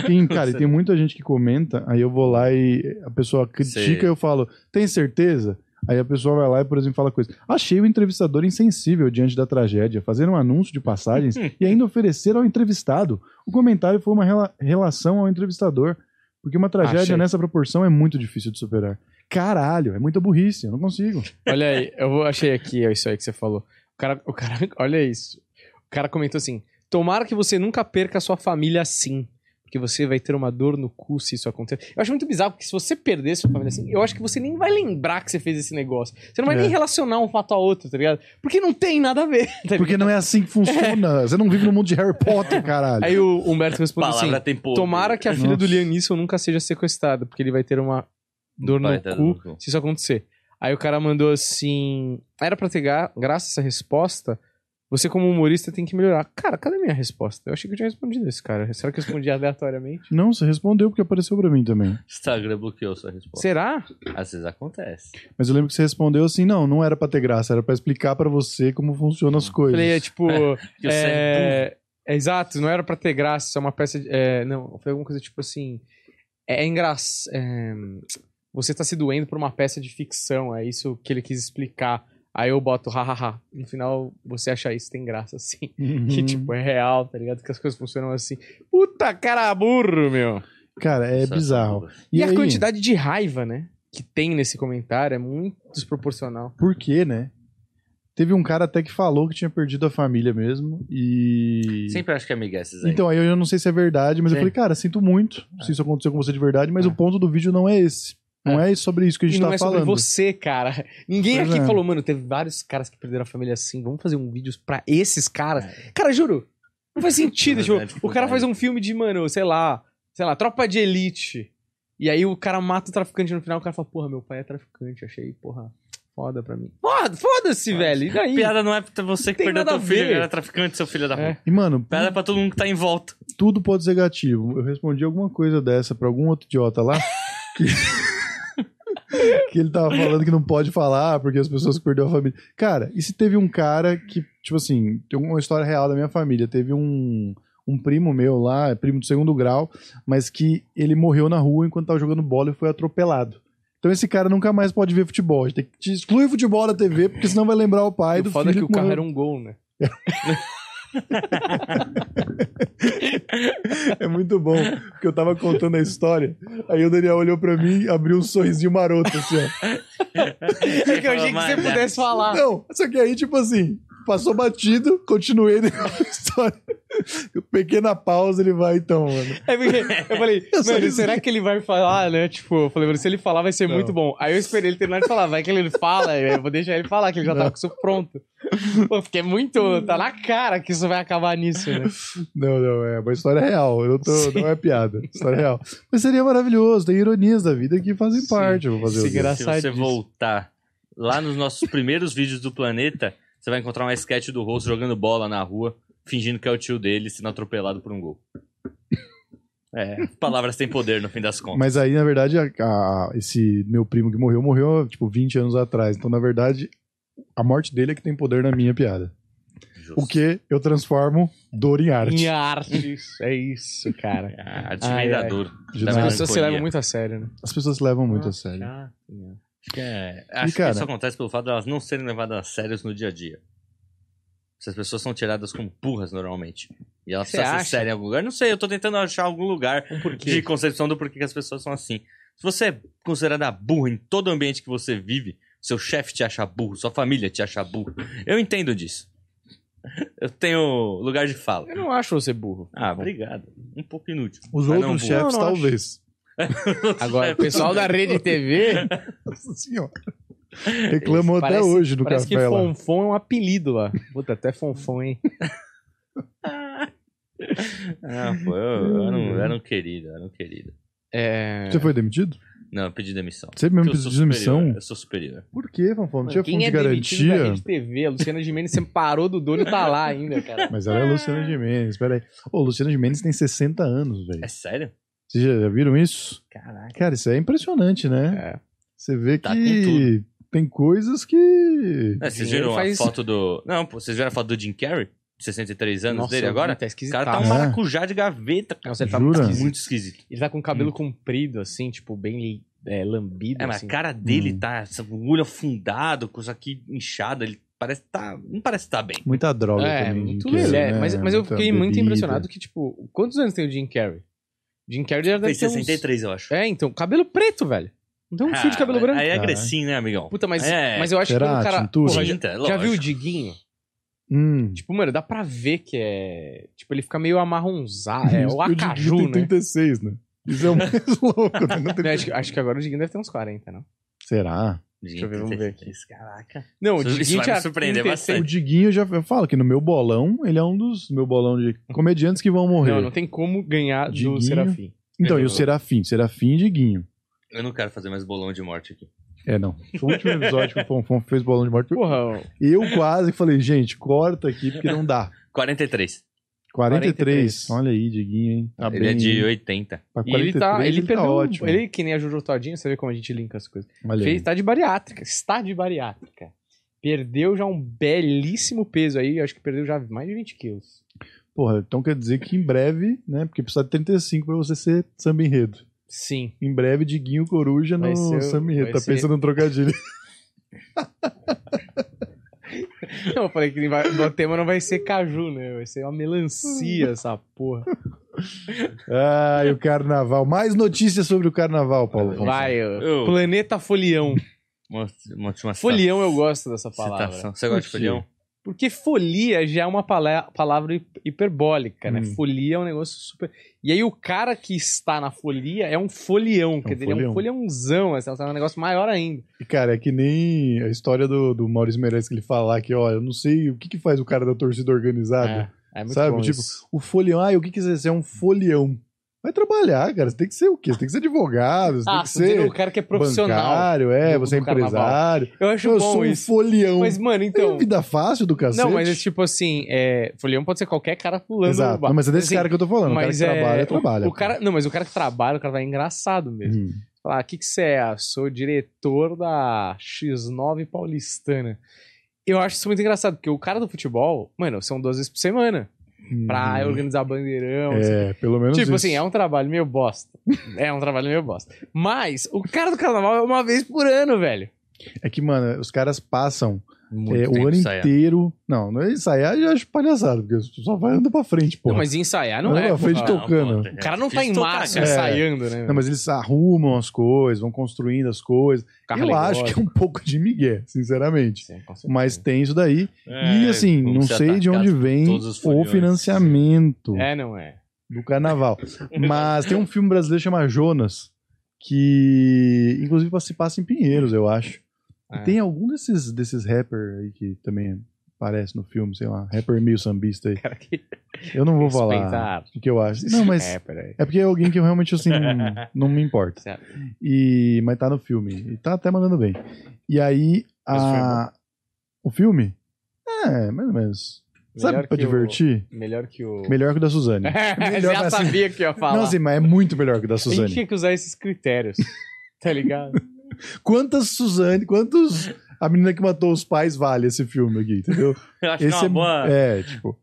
S2: Tem,
S1: *laughs*
S2: cara, e tem muita gente que comenta, aí eu vou lá e a pessoa critica
S3: Sei.
S2: eu falo, tem certeza? Aí a pessoa vai lá e, por exemplo, fala coisa. Achei o entrevistador insensível diante da tragédia, fazer um anúncio
S1: *laughs*
S2: de passagens e ainda oferecer ao entrevistado. O comentário foi uma rela- relação ao entrevistador, porque uma tragédia
S1: Achei.
S2: nessa proporção é muito difícil de superar. Caralho, é muita burrice, eu não consigo.
S1: Olha aí, eu vou, achei aqui ó, isso aí que você falou. O cara, o cara, *laughs* olha isso. O cara comentou assim: tomara que você nunca perca a sua família assim. Porque você vai ter uma dor no cu se isso acontecer. Eu acho muito bizarro, porque se você perder sua família assim, eu acho que você nem vai lembrar que você fez esse negócio. Você não vai
S2: É.
S1: nem relacionar um fato a outro, tá ligado? Porque não tem nada a ver. tá ligado?
S2: Porque não é assim que *laughs* funciona. Você não vive no mundo de Harry Potter, caralho.
S1: Aí o Humberto respondeu assim:
S3: Palavra tem poder.
S1: Tomara que a filha
S2: Nossa.
S1: do Lianisson nunca seja sequestrada, porque ele vai ter uma dor
S3: Vai
S1: no
S3: ter
S1: cu
S3: dor no cu.
S1: se isso acontecer. Aí o cara mandou assim: era pra ter gra- graça essa resposta, Você, como humorista, tem que melhorar. Cara, cadê a minha resposta? Eu achei que eu tinha respondido esse cara. Será que eu respondi aleatoriamente?
S2: Não, você respondeu porque apareceu pra mim também.
S3: Instagram bloqueou sua resposta.
S1: Será?
S3: Às vezes acontece.
S2: Mas eu lembro que você respondeu assim, não, não era pra ter graça, era pra explicar pra você como funcionam as coisas. *laughs*
S1: Falei, é tipo.
S3: Que eu sempre-
S1: É, é exato, não era pra ter graça, isso é uma peça de. é, não, foi alguma coisa tipo assim. É engraçado. você tá se doendo por uma peça de ficção, é isso que ele quis explicar. Aí eu boto hahaha. No final, você acha isso tem graça, *laughs* assim.
S2: Uhum.
S1: Que tipo, é real, tá ligado? Que as coisas funcionam assim. Puta cara burro, meu!
S2: Cara, é
S3: Essa-
S2: bizarro.
S1: E,
S2: E,
S1: a
S2: aí,
S1: quantidade de raiva, né? Que tem nesse comentário é muito desproporcional.
S2: por quê, né? Teve um cara até que falou que tinha perdido a família mesmo e...
S3: Sempre acho que é amiga esses aí.
S2: Então, aí eu não sei se é verdade, mas
S1: Sim.
S2: eu falei, cara, sinto muito se isso aconteceu com você de verdade, mas
S1: É.
S2: o ponto do vídeo não é esse. Não é, sobre isso que a gente
S1: E não
S2: tá
S1: é sobre
S2: falando.
S1: você, cara. Ninguém
S2: Pois
S1: aqui
S2: é.
S1: falou, mano, teve vários caras que perderam a família assim, vamos fazer um vídeo pra esses caras.
S2: É.
S1: Cara, juro, não faz
S2: *laughs*
S1: sentido.
S3: É
S1: tipo,
S3: verdade,
S1: o cara
S3: verdade.
S1: faz um filme de, mano, sei lá, sei lá, tropa de elite. E aí o cara mata o traficante no final, o cara fala, porra, meu pai é traficante, achei, porra, foda pra mim. Foda, foda-se, velho. E daí?
S3: Piada não é pra você que
S1: Tem
S3: perdeu
S1: nada
S3: teu
S1: a
S3: filho,
S1: ver.
S3: era traficante, seu filho da
S1: É.
S3: puta.
S2: E, mano,
S3: Piada é pra todo mundo que tá em volta.
S2: tudo pode ser gatilho. Eu respondi alguma coisa dessa pra algum outro idiota lá. *laughs* Que... que ele tava falando que não pode falar porque as pessoas que perderam a família. Cara, e se teve um cara que, tipo assim, tem uma história real da minha família. Teve um, um primo meu lá, primo do segundo grau, mas que ele morreu na rua enquanto tava jogando bola e foi atropelado. Então esse cara nunca mais pode ver futebol. A gente tem que te excluir o futebol da TV porque senão vai lembrar o pai
S1: E
S2: do
S1: o foda é
S2: filho
S1: que o carro
S2: morreu.
S1: era um gol,
S2: *laughs*
S1: né?
S2: É muito bom, porque eu tava contando a história, aí o Daniel olhou pra mim, abriu um sorrisinho maroto, assim, ó.
S1: *laughs* É que eu achei que você
S3: Mano,
S1: pudesse falar.
S2: Não, só que aí, tipo assim, passou batido, continuei a história. Pequena pausa, ele vai, então, mano.
S1: É porque eu falei,
S2: *laughs* Eu só
S1: mano,
S2: disse-
S1: será que ele vai falar, né? Tipo, eu falei, mano, se ele falar vai ser
S2: Não.
S1: muito bom. Aí eu esperei ele terminar de falar, vai que ele fala, é, eu vou deixar ele falar, que ele já tava com isso pronto. Pô, fiquei muito. Tá na cara que isso vai acabar nisso, né?
S2: Não, não, é uma história real, eu não tô, não é piada, história real. Mas seria maravilhoso, tem ironias da vida que fazem
S1: Sim.
S2: parte, eu vou fazer
S1: Sim,
S2: o quê?
S1: gra-
S3: Se você
S1: Engraçadíssimo.
S3: voltar lá nos nossos primeiros *laughs* vídeos do planeta, você vai encontrar uma sketch do Rose jogando bola na rua, fingindo que é o tio dele sendo atropelado por
S1: *laughs*
S3: um gol. É, palavras têm poder no fim das contas.
S2: Mas aí, na verdade, a- a- esse meu primo que morreu, morreu, tipo, 20 anos atrás. Então, na verdade, a morte dele é que tem poder na minha piada.
S3: Justo.
S2: O que eu transformo dor em arte.
S1: Minha arte. isso, É isso, cara.
S3: É, arte
S1: Ai,
S3: vingador.
S2: Ajuda
S3: Da
S1: As
S2: mais.
S1: pessoas se
S3: melancolia.
S1: levam muito a sério, né?
S2: As pessoas levam muito
S1: Ah,
S2: a sério.
S1: chato, né?
S3: Acho que é- acho que
S2: cara-
S3: isso acontece pelo fato de elas não serem levadas a sérias no dia a dia. Essas pessoas são tiradas como burras normalmente. E elas
S1: Você
S3: precisam ser
S1: acha?
S3: sérias em algum lugar. Não sei, eu tô tentando achar algum lugar
S1: Um porquê.
S3: de concepção do porquê que as pessoas são assim. Se você é considerada burra em todo ambiente que você vive, seu chefe te acha burro, sua família te acha burro. Eu entendo disso. Eu tenho lugar de fala.
S1: Eu não acho você *laughs* burro.
S3: Ah, obrigado. Um pouco inútil.
S2: Os
S3: Mas não
S2: outros
S3: burro.
S2: chefes,
S1: Não, não
S2: talvez. *laughs*
S1: Agora, o pessoal da rede TV
S2: Nossa senhora. Reclamam até
S1: Parece-
S2: hoje do
S1: parece que
S2: café lá.
S1: Fonfon é um apelido lá. Puta, até Fonfon, hein?
S3: Ah, pô, eu, eu, era um, eu era um querido, eu era um querido.
S1: É.
S2: Você foi demitido?
S3: Não, eu pedi demissão.
S2: Você
S3: Porque
S2: mesmo
S3: eu sou
S2: pediu demissão?
S3: superior, Eu sou superior.
S2: Por quê, Fanfão? Não
S1: Mano,
S2: tinha
S1: quem
S2: fundo
S1: é
S2: de
S1: demitido da
S2: garantia?
S1: Rede TV? A Luciana Gimenez sempre parou do dono e tá lá ainda, cara.
S2: Mas ela é a Luciana Gimenez, peraí. Ô, Luciana Gimenez tem 60 anos, velho.
S3: É sério?
S2: Vocês já, já viram isso?
S1: Caraca.
S2: Cara, isso *laughs* é impressionante, né?
S1: É.
S2: Você vê
S3: Tá
S2: que tem coisas que...
S3: É, vocês
S1: Dinheiro
S3: viram
S1: faz-
S3: a foto do. Não, pô, vocês viram a foto do Jim Carrey? De 63 anos
S1: Nossa, eu
S3: dele
S1: vi,
S3: agora?
S1: Tá
S3: O
S1: esquisito.
S3: cara tá um
S2: É.
S3: maracujá de gaveta, cara.
S1: Nossa, ele tá
S2: Jura?
S1: esquisito.
S3: Muito esquisito.
S1: Ele tá com o
S2: Hum.
S1: cabelo comprido, assim, tipo, bem é, lambido.
S3: É, mas
S1: assim.
S3: a cara dele
S2: Hum.
S3: tá. essa- O olho afundado, com isso aqui inchado. Ele parece que tá. Não parece que tá bem.
S2: Muita droga
S1: É,
S2: também.
S1: muito
S2: Jim Carrey,
S1: ele é.
S2: né?
S1: Mas, mas eu
S2: Muita
S1: fiquei muito
S2: bebida.
S1: impressionado que, tipo, quantos anos tem o Jim Carrey? Jim Carrey já deve
S3: Tem
S1: ter uns...
S3: 63, eu acho.
S1: É, então, cabelo preto, velho. Não tem um fio de cabelo
S3: Ah,
S1: branco.
S3: Aí é
S2: Cara.
S3: grecinho, né, amigão?
S1: Puta, mas,
S3: É.
S1: mas eu acho que
S2: Será?
S1: quando o cara...
S2: Tintura?
S1: Porra, já,
S3: Tinta,
S1: já viu o
S3: lógico.
S1: Diguinho?
S2: Hum.
S1: Tipo, mano, dá pra ver que é... Tipo, ele fica meio amarronzado.
S2: *laughs*
S1: É o
S2: Eu digo que
S1: acaju,
S2: tem
S1: né?
S2: 36, né? Isso é o mais *laughs* louco, né? Não tem-
S1: Não, acho, acho que agora o Diguinho deve ter uns 40, não?
S2: Será?
S1: Deixa eu ver, vamos ver aqui.
S3: 63, Caraca.
S1: Não,
S3: Isso-
S1: o Diguinho
S3: isso vai me
S1: tinha
S3: surpreender
S1: 36.
S2: O Diguinho, eu já eu falo que no meu bolão, ele é um dos meu bolão de comediantes que vão morrer.
S1: Não, não tem como ganhar
S2: Diguinho.
S1: do Serafim.
S2: Então, e o
S3: Eu-
S2: Serafim? Serafim e Diguinho.
S3: Eu não quero fazer mais bolão de morte aqui.
S2: É, não. Foi o último episódio que o Fonfon fez bolão de morte.
S1: Porra,
S2: Eu quase falei, gente, corta aqui porque não dá.
S3: 43.
S2: 43.
S1: 43.
S2: Olha aí, Diguinho, hein? Tá
S3: Ele
S2: bem.
S3: é de
S2: hein?
S3: 80.
S2: Pra
S1: e ele tá.
S2: 43,
S1: Ele, perdeu.
S2: ótimo.
S1: Ele, que nem a Jojo Todinho, você vê como a gente linka as coisas.
S2: Olha aí.
S1: Fez, tá de bariátrica. Está de bariátrica. Perdeu já um belíssimo peso aí. Acho que perdeu já mais de 20 quilos.
S2: Porra, então quer dizer que em breve, né? Porque precisa de 35 pra você ser samba enredo.
S1: Sim. *laughs*
S2: Em breve, Diguinho Coruja
S1: Vai
S2: no
S1: ser o-
S2: samba enredo.
S1: vai
S2: Tá
S1: ser-
S2: pensando em trocadilho.
S1: Eu falei que ele vai- o tema não vai ser caju, né? Vai ser uma
S2: *laughs*
S1: melancia essa porra.
S2: *laughs* Ah, e o carnaval. Mais notícias sobre o carnaval, Paulo. Afonso.
S1: Vai,
S3: Eu-
S1: ó. Planeta Folião.
S2: Tá.
S3: Uma, uma, uma
S1: Folião eu gosto dessa palavra.
S3: Citação. Você tá gosta de
S2: Por quê?
S3: folião?
S1: Porque folia já é uma pala- palavra hip- hiperbólica, né?
S2: Hum.
S1: Folia é um negócio super. E aí o cara que está na folia é um folião, quer dizer, ele é
S2: folião.
S1: um foliãozão, assim, é um negócio maior ainda.
S2: E, Cara, é que nem a história do, do Maurício Meirelles que ele falar que, ó, eu não sei o que, que faz o cara da torcida organizada.
S1: É, é muito
S2: Sabe,
S1: bom
S2: tipo,
S1: isso.
S2: O folião, ah, e o que que você você é um folião? Vai trabalhar, cara. Você tem que ser o quê? Você tem que ser advogado, você
S1: Ah,
S2: tem que
S1: você dizer
S2: ser
S1: o cara que é profissional.
S2: bancário, é,
S1: do-
S2: você é
S1: do carnaval.
S2: empresário.
S1: Eu acho
S2: Eu
S1: bom
S2: sou um
S1: isso.
S2: folião.
S1: Mas, mano,
S2: Então,
S1: então.
S2: vida fácil do cacete.
S1: Não, mas é tipo assim, é, folião pode ser qualquer cara pulando no
S2: Exato.
S1: bar.
S2: Não, mas é desse
S1: Assim,
S2: cara que eu tô falando. O cara que
S1: mas é,
S2: trabalha,
S1: o-
S2: trabalha.
S1: O cara, não, mas o cara que trabalha, o cara vai engraçado mesmo.
S2: Hum.
S1: Falar, o que que você é? Ah, Sou diretor da X9 paulistana. Eu acho isso muito engraçado, porque o cara do futebol, mano, são duas vezes por semana. Pra
S2: Hum.
S1: organizar bandeirão. assim.
S2: É, pelo menos
S1: Tipo
S2: isso.
S1: assim, é um trabalho meio bosta. É um trabalho meio bosta. Mas o cara do carnaval é uma vez por ano, velho.
S2: É que, mano, os caras passam
S3: Muito
S2: é, o
S3: tempo
S2: ano
S3: ensaiado.
S2: inteiro. Não, não é ensaiar, eu acho palhaçada, porque só vai andando pra frente, pô.
S1: Não, mas ensaiar não
S2: Não,
S1: é.
S2: não, foi de
S1: porra.
S2: todo- tocando.
S3: né? pô,
S1: O cara não tá
S3: difícil
S1: em
S3: tocar,
S1: março
S3: cara.
S2: É.
S1: ensaiando, né? velho?
S2: Não, mas eles arrumam as coisas, vão construindo as coisas.
S1: Carro
S2: eu acho
S1: alegórico.
S2: que é um pouco de migué, sinceramente.
S1: Sim, assim, com certeza.
S2: Mas tem isso daí. e
S3: É,
S2: assim,
S3: vamos
S2: não
S3: se
S2: sei de
S3: atacar
S2: onde vem
S3: todos os
S2: o
S3: foliões.
S2: financiamento
S1: É, não é.
S2: do carnaval. Mas tem um filme brasileiro chamado Jonas, que inclusive se passa em Pinheiros, eu acho.
S1: É.
S2: Tem algum desses, desses rappers aí que também aparece no filme, sei lá, rapper meio sambista aí.
S1: Cara, que
S2: Eu não vou falar
S1: respeitar.
S2: o que eu acho. Não, mas
S1: É, peraí.
S2: é porque é alguém que eu realmente assim não,
S1: *laughs*
S2: não me importa.
S1: Certo.
S2: E, mas tá no filme. E tá até mandando bem. E aí,
S3: Mas o filme é
S2: a, o filme? É, mais ou menos. Sabe
S1: Melhor
S2: pra
S1: que o-
S2: divertir?
S1: Melhor que o.
S2: Melhor que o
S1: *laughs*
S2: da Suzane. Melhor
S1: É, Já
S2: que assim-
S1: sabia que eu ia falar.
S2: Não, assim, mas é muito melhor que o da
S1: a gente
S2: Suzane.
S1: tinha que usar esses critérios. *laughs* Tá ligado?
S2: Quantas Suzane, quantos. A menina que matou os pais vale esse filme aqui, entendeu?
S3: Eu acho que é
S2: Esse
S3: uma boa.
S2: é, tipo.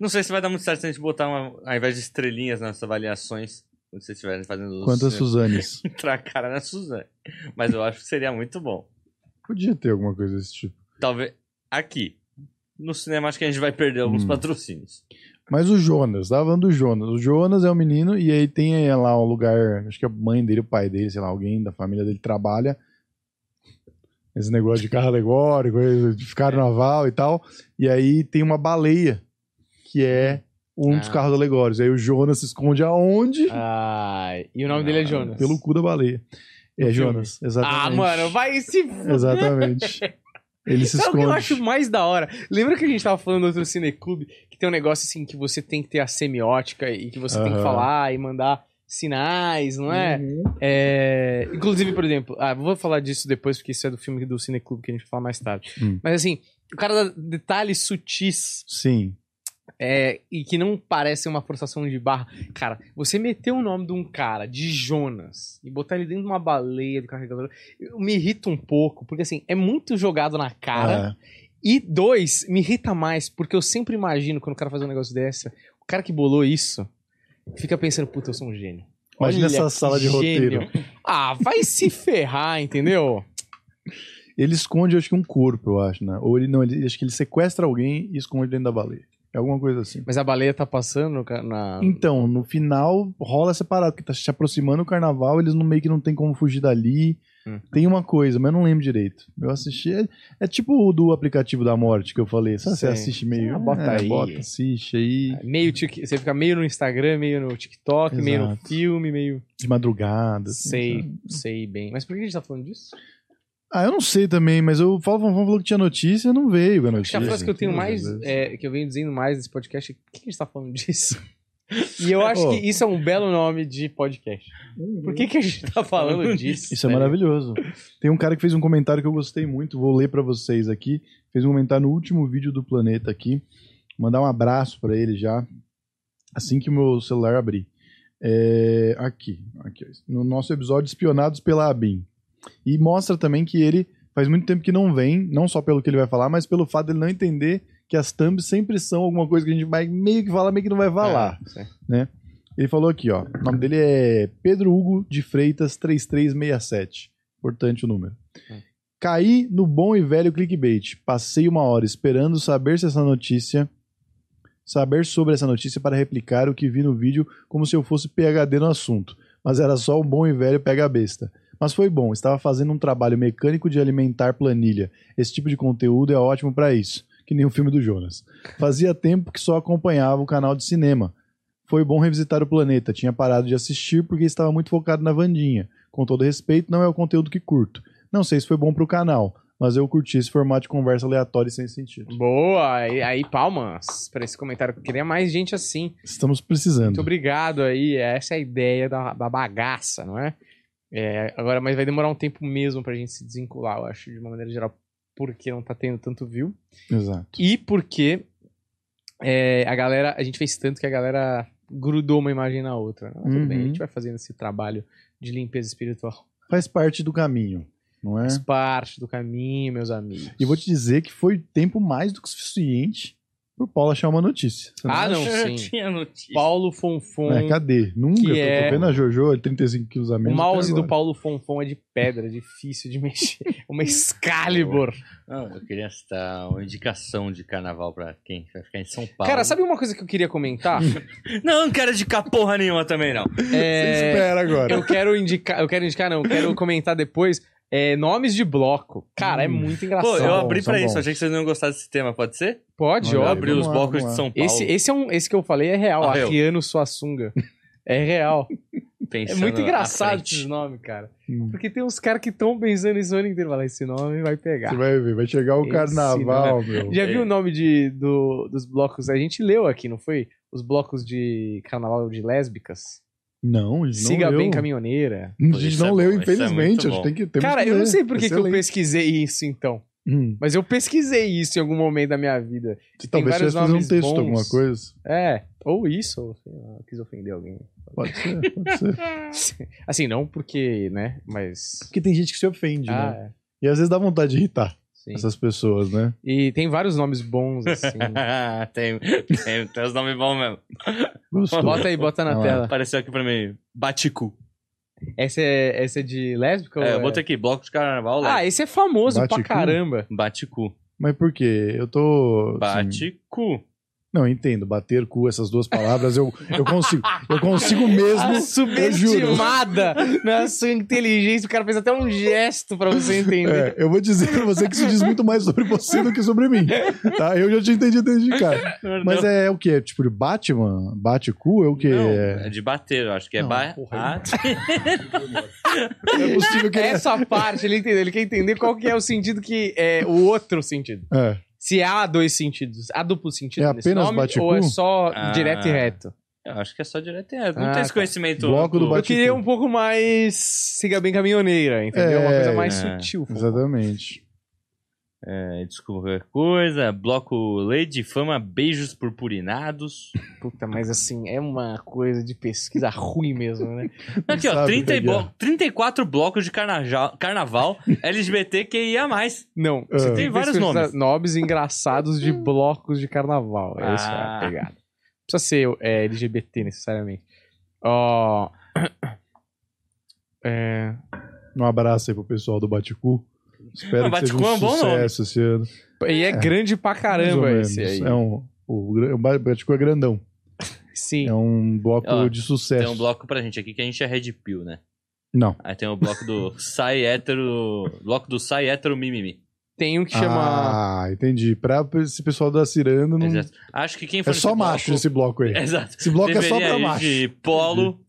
S3: Não sei se vai dar muito certo se a gente botar, uma, ao invés de estrelinhas nas avaliações, quando vocês estiverem fazendo os.
S2: Quantas Suzanes?
S3: *laughs* entrar a cara na Suzane. Mas eu acho que seria muito bom.
S2: Podia ter alguma coisa desse tipo.
S3: Talvez. Aqui. No cinema, acho que a gente vai perder alguns
S2: Hum.
S3: patrocínios.
S2: Mas o Jonas, tava falando do Jonas. O Jonas é um menino e aí tem é, lá um lugar, acho que a mãe dele, o pai dele, sei lá, alguém da família dele trabalha. Esse negócio de carro alegórico, esse de carnaval e tal. E aí tem uma baleia, que é um dos
S1: Ah.
S2: carros alegóricos. Aí o Jonas se esconde aonde?
S1: Ai, e o nome dele é Jonas.
S2: Ah, Pelo cu da baleia.
S1: No
S2: é,
S1: filme.
S2: Jonas, exatamente.
S1: Tá Ah, mano, vai se. f-
S2: *laughs* Exatamente. Ele se
S1: Sabe o que eu
S2: esconde.
S1: acho mais da hora? Lembra que a gente tava falando do outro Cineclube? Que tem um negócio assim que você tem que ter a semiótica e que você tem que
S2: Aham.
S1: falar e mandar sinais, não é?
S2: Uhum.
S1: É, Inclusive, por exemplo, ah, vou falar disso depois, porque isso é do filme do Cineclube que a gente vai falar mais tarde.
S2: Hum.
S1: Mas assim, o cara dá detalhes sutis
S2: Sim.
S1: é, e que não parece uma forçação de barra. Cara, você meter o nome de um cara, de Jonas, e botar ele dentro de uma baleia do carregador, eu- me irrita um pouco, porque assim, é muito jogado na cara.
S2: Ah,
S1: E dois, me irrita mais, porque eu sempre imagino quando o cara faz um negócio dessa, o cara que bolou isso fica pensando, puta, eu sou um gênio.
S2: Imagina
S1: Olha
S2: essa
S1: que
S2: sala de
S1: gênio.
S2: roteiro.
S1: Ah, vai se ferrar, entendeu?
S2: Ele esconde, acho que um corpo, eu acho, né? Ou ele não, ele, acho que ele sequestra alguém e esconde dentro da baleia. É alguma coisa assim.
S1: Mas a baleia tá passando no ca- na.
S2: Então, no final rola separado, porque tá se aproximando o carnaval, eles não, meio que não tem como fugir dali.
S1: Hum.
S2: Tem uma coisa, mas eu não lembro direito. Eu assisti. É, é tipo o do aplicativo da morte que eu falei. Sabe, você
S1: Sei.
S2: assiste meio.
S1: Ah, bota
S2: é,
S1: aí.
S2: Bota, assiste aí.
S1: Meio tic- Você fica meio no Instagram, meio no TikTok, meio no
S2: Exato.
S1: filme, meio.
S2: De madrugada. assim,
S1: Sei,
S2: sabe?
S1: sei bem. Mas por que a gente tá falando disso?
S2: Ah, eu não sei também, mas o Paulo Fonfon falou que tinha notícia, não veio a
S1: Acho que
S2: notícia.
S1: a frase que eu tenho mais,
S2: Às vezes.
S1: é, que eu venho dizendo mais nesse podcast é: por que a gente tá falando disso? *laughs* E eu acho
S2: Ô.
S1: que isso é um belo nome de podcast. Por que, que a gente tá falando disso?
S2: Isso
S1: né?
S2: é maravilhoso. Tem um cara que fez um comentário que eu gostei muito, vou ler pra vocês aqui. Fez um comentário no último vídeo do planeta aqui. Mandar um abraço pra ele já, assim que o meu celular abrir. É, aqui, aqui, ó. no nosso episódio Espionados pela ABIN. E mostra também que ele faz muito tempo que não vem, não só pelo que ele vai falar, mas pelo fato dele não entender que as thumbs sempre são alguma coisa que a gente vai meio que falar, meio que não vai falar.
S1: É, isso aí.
S2: Ele falou aqui, ó. O nome dele é Pedro Hugo de Freitas 3367. Importante o número.
S1: Hum.
S2: Caí no bom e velho clickbait. Passei uma hora esperando saber se essa notícia. Saber sobre essa notícia para replicar o que vi no vídeo como se eu fosse PHD no assunto. Mas era só o bom e velho pega besta. Mas foi bom, estava fazendo um trabalho mecânico de alimentar planilha. Esse tipo de conteúdo é ótimo para isso, que nem o filme do Jonas. Fazia tempo que só acompanhava o canal de cinema. Foi bom revisitar o planeta. Tinha parado de assistir porque estava muito focado na Vandinha. Com todo respeito, não é o conteúdo que curto. Não sei se foi bom pro canal, mas eu curti esse formato de conversa aleatória e sem sentido.
S1: Boa, aí, aí palmas pra esse comentário. Eu queria mais gente assim.
S2: Estamos
S1: Muito
S2: precisando.
S1: obrigado aí. Essa é a ideia da, da bagaça, não é? É, Agora, mas vai demorar um tempo mesmo pra gente se desvincular, eu acho, de uma maneira geral, porque não tá tendo tanto view.
S2: Exato.
S1: E porque é, a galera, a gente fez tanto que a galera grudou uma imagem na outra. né? Mas Tudo bem, a
S2: Uhum.
S1: gente vai fazendo esse trabalho de limpeza espiritual.
S2: Faz parte do caminho, não é?
S1: Faz parte do caminho, meus amigos.
S2: E vou te dizer que foi tempo mais do que suficiente pro Paulo achar uma notícia. Você
S1: Ah, não,
S3: Eu
S1: sim.
S3: tinha notícia.
S1: Paulo
S2: não
S1: Fonfon.
S2: é, cadê? Nunca.
S1: que
S2: Eu tô, tô
S1: é-
S2: vendo a Jojo, 35 quilos a
S1: o
S2: menos.
S1: mouse
S2: até
S1: do
S2: agora.
S1: Paulo Fonfon é de pedra, difícil de *laughs* mexer. Uma Excalibur.
S3: Não, eu queria citar uma indicação de carnaval pra quem vai ficar em São Paulo.
S1: Cara, sabe uma coisa que eu queria
S2: *laughs*
S1: comentar?
S3: Não, não quero indicar porra nenhuma também, não.
S2: Você
S1: É,
S2: espera agora.
S1: eu quero indicar, eu quero indicar não, eu quero comentar depois é, nomes de bloco. Cara, é
S2: Hum.
S1: muito
S3: Pô,
S1: engraçado.
S3: eu
S2: bom,
S3: abri
S2: são
S3: pra isso,
S2: bons.
S3: achei que vocês não iam gostar desse tema, pode ser?
S1: Pode,
S2: Olha
S3: Eu
S2: aí,
S1: óbvio.
S3: abri os
S2: lá,
S3: blocos
S2: vamos
S3: de
S2: lá.
S3: São Paulo.
S1: Esse, esse, é um, esse que eu falei é real,
S3: Ah, real.
S1: Arriano Suassunga. É real.
S3: *laughs*
S1: É
S3: pensando
S1: muito
S3: na
S1: engraçado
S3: frente.
S1: esses
S3: *laughs*
S1: nomes, cara.
S2: Hum.
S1: Porque tem uns caras que estão pensando isso o ano inteiro. Falar, esse nome vai pegar.
S2: Você vai ver, vai chegar o
S1: Esse né?
S2: carnaval, meu.
S1: Já
S3: É.
S1: viu o nome de, do- dos blocos? A gente leu aqui, não foi? Os blocos de carnaval de lésbicas.
S2: Não, a gente não
S1: Siga
S2: leu.
S1: bem caminhoneira.
S2: A
S3: Pô,
S2: gente
S3: isso
S2: não
S3: é
S2: leu,
S3: bom, isso é muito
S2: infelizmente. acho
S3: bom.
S2: que tem que, temos
S1: cara,
S2: que
S1: eu
S2: ler.
S1: não sei por que, que eu
S2: Excelente.
S1: pesquisei isso, então.
S2: Hum.
S1: Mas eu pesquisei isso em algum momento da minha vida. tem
S2: Talvez
S1: vários
S2: tivesse fazer um
S1: nomes
S2: texto,
S1: bons.
S2: alguma coisa.
S1: É, ou isso, ou sei lá, eu quis ofender alguém.
S2: Pode ser,
S1: *laughs*
S2: pode ser.
S1: Assim, não porque, né? Mas.
S2: Porque tem gente que se ofende,
S1: Ah,
S2: né?
S1: é.
S2: E às vezes dá vontade de irritar
S1: Sim.
S2: essas pessoas,
S1: *laughs*
S2: né?
S1: E tem vários nomes bons,
S3: *laughs*
S1: assim.
S3: tem, tem, tem os nomes bons mesmo.
S2: Gostou.
S1: bota aí, bota na
S2: Ah lá.
S1: tela.
S3: Apareceu aqui pra mim, Baticu.
S1: Essa é, essa é de lésbica?
S3: É,
S1: ou
S3: eu botei aqui, bloco de carnaval,
S1: Ah,
S3: lá.
S1: esse é famoso pra
S2: Bate cu.
S1: caramba.
S3: Baticu.
S2: Mas por quê? Eu tô. assim,
S3: Baticu.
S2: não, eu entendo. Bater cu, essas duas palavras, eu, eu consigo. Eu consigo mesmo.
S1: A Ah,
S2: eu juro.
S1: subestimada na sua inteligência. O cara fez até um gesto pra você entender.
S2: É, eu vou dizer pra você que isso diz muito mais sobre você do que sobre mim. Tá? Eu já te entendi desde de cara. Mas é, o quê? Tipo, de Batman? Bate cu? É o quê?
S3: Não,
S2: é...
S3: é de bater, eu acho que é
S2: Não,
S3: ba...
S2: porra.
S3: Ah,
S2: é possível que. É.
S1: Essa parte ele entendeu. Ele quer entender qual que é o sentido que é o outro sentido.
S2: É.
S1: Se há dois sentidos, há duplo sentido
S2: É
S1: nesse
S2: apenas
S1: nome
S2: bate
S1: ou é
S2: cu?
S1: só
S3: Ah.
S1: direto e reto?
S3: Eu acho que é só direto. É, não
S1: Ah,
S3: tem esse
S1: tá.
S3: conhecimento.
S2: Bloco do
S1: Eu
S2: Bate
S1: queria
S2: cu.
S1: um pouco mais siga bem caminhoneira, entendeu? Uma
S2: É,
S1: coisa mais
S3: é.
S1: sutil.
S2: Exatamente.
S3: É, desculpa qualquer coisa. Bloco Lei de Fama, beijos purpurinados.
S1: Puta, mas assim, é uma coisa de pesquisa *laughs* ruim mesmo, né?
S3: Aqui, ó,
S2: sabe
S3: 30 e
S2: pegar.
S3: blo- 34 blocos de carnaja- carnaval
S2: *laughs*
S3: LGBTQIA.
S1: Não, você
S2: Ah.
S1: tem
S3: Tem
S1: vários
S3: vários nomes.
S1: nobres engraçados
S2: *laughs*
S1: de blocos de carnaval. É isso a
S3: Ah.
S1: pegada. Não Precisa ser é, LGBT necessariamente. Ó. *clears throat* É,
S2: Um abraço aí pro pessoal do Baticu. Espero
S3: Não,
S2: que
S3: Baticu é
S2: seja
S3: um
S2: um
S3: bom nome.
S2: sucesso esse ano.
S1: e é, grande pra
S2: Mais ou
S1: caramba
S2: menos.
S1: esse aí.
S2: É um, o, gra- o Ba- Baticu é grandão.
S1: Sim.
S2: É um bloco
S3: Ó,
S2: de
S3: Tem
S2: sucesso.
S3: um bloco pra gente aqui que a gente é Red Pill, né?
S2: Não.
S3: Aí tem o
S2: *laughs*
S3: bloco do Sai Hétero. Bloco do Sai Hétero Mimimi.
S1: Tem um que chama.
S2: Ah, entendi. Pra esse pessoal da Ciranda não.
S3: Exato. Acho que quem for
S2: Hum. É só
S3: nesse bloco-
S2: macho esse bloco aí.
S3: *laughs* Exato.
S2: Esse bloco é só
S3: Deveria
S2: pra
S3: ir
S2: macho.
S3: De
S2: *laughs*
S3: polo,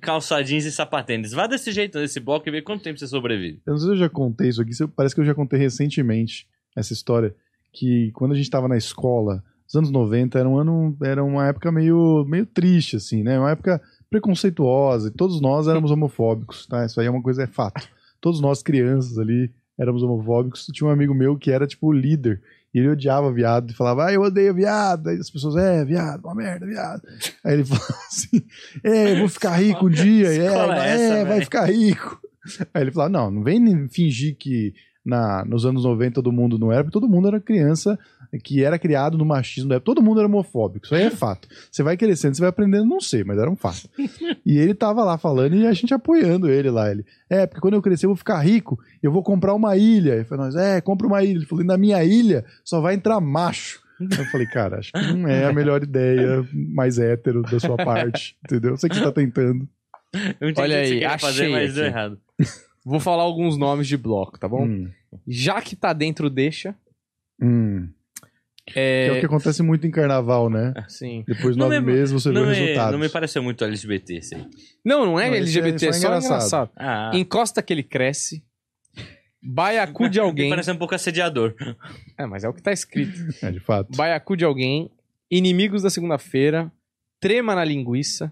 S3: calça jeans e sapatênis. Vá desse jeito nesse bloco e vê quanto tempo você sobrevive.
S2: Eu não sei se eu já contei isso aqui, se eu- parece que eu já contei recentemente essa história. Que quando a gente tava na escola, os anos 90 era, um ano, era uma época meio, meio triste, assim, né? Uma época preconceituosa, e todos nós éramos homofóbicos, tá? Isso aí é uma coisa, é fato. Todos nós, crianças ali, éramos homofóbicos. Tinha um amigo meu que era, tipo, o líder, e ele odiava viado, e falava, ah, eu odeio viado. Aí as pessoas, é, viado, uma merda, viado. Aí ele *laughs* falava assim, é, eu vou ficar rico um dia, e é,
S3: Escola
S2: vai-
S3: essa,
S2: é, vai
S3: véi.
S2: ficar rico. Aí ele falava, não, não vem nem fingir que na, nos anos 90 todo mundo não era, porque todo mundo era criança que era criado no machismo da época. Todo mundo era homofóbico, isso aí é fato. Você vai crescendo, você vai aprendendo, não sei, mas era um fato. E ele tava lá falando e a gente apoiando ele lá. Ele, é, porque quando eu crescer eu vou ficar rico, eu vou comprar uma ilha. Ele falou, nós, é, compra uma ilha. Ele falou, e na minha ilha só vai entrar macho. Eu falei, cara, acho que não é a melhor ideia mais hétero da sua parte, entendeu? Eu sei que você tá tentando.
S3: Eu entendi
S1: Olha
S3: o que você
S1: aí,
S3: queria fazer,
S1: achei
S3: mas deu
S1: aqui.
S3: errado.
S1: Vou falar alguns nomes de bloco, tá bom?
S2: Hum,
S1: Já que tá dentro, deixa.
S2: hum. Que é o
S1: É,
S2: que acontece muito em carnaval, né?
S1: sim.
S2: Depois de
S3: Não
S2: nove
S3: me-
S2: meses você vê
S3: Não
S2: o
S3: me,
S2: resultado.
S3: não me pareceu muito LGBT esse aí.
S1: Não, não é
S2: Não, esse é-
S1: LGBT, é
S2: só é
S1: só
S2: engraçado.
S1: engraçado.
S3: Ah,
S1: Encosta que ele cresce. Baiacu
S3: *laughs*
S1: de
S3: me
S1: alguém.
S3: parece um pouco assediador.
S1: É, mas é o que tá escrito.
S2: É, de fato.
S1: Baiacu de alguém. Inimigos da segunda-feira. Trema na linguiça.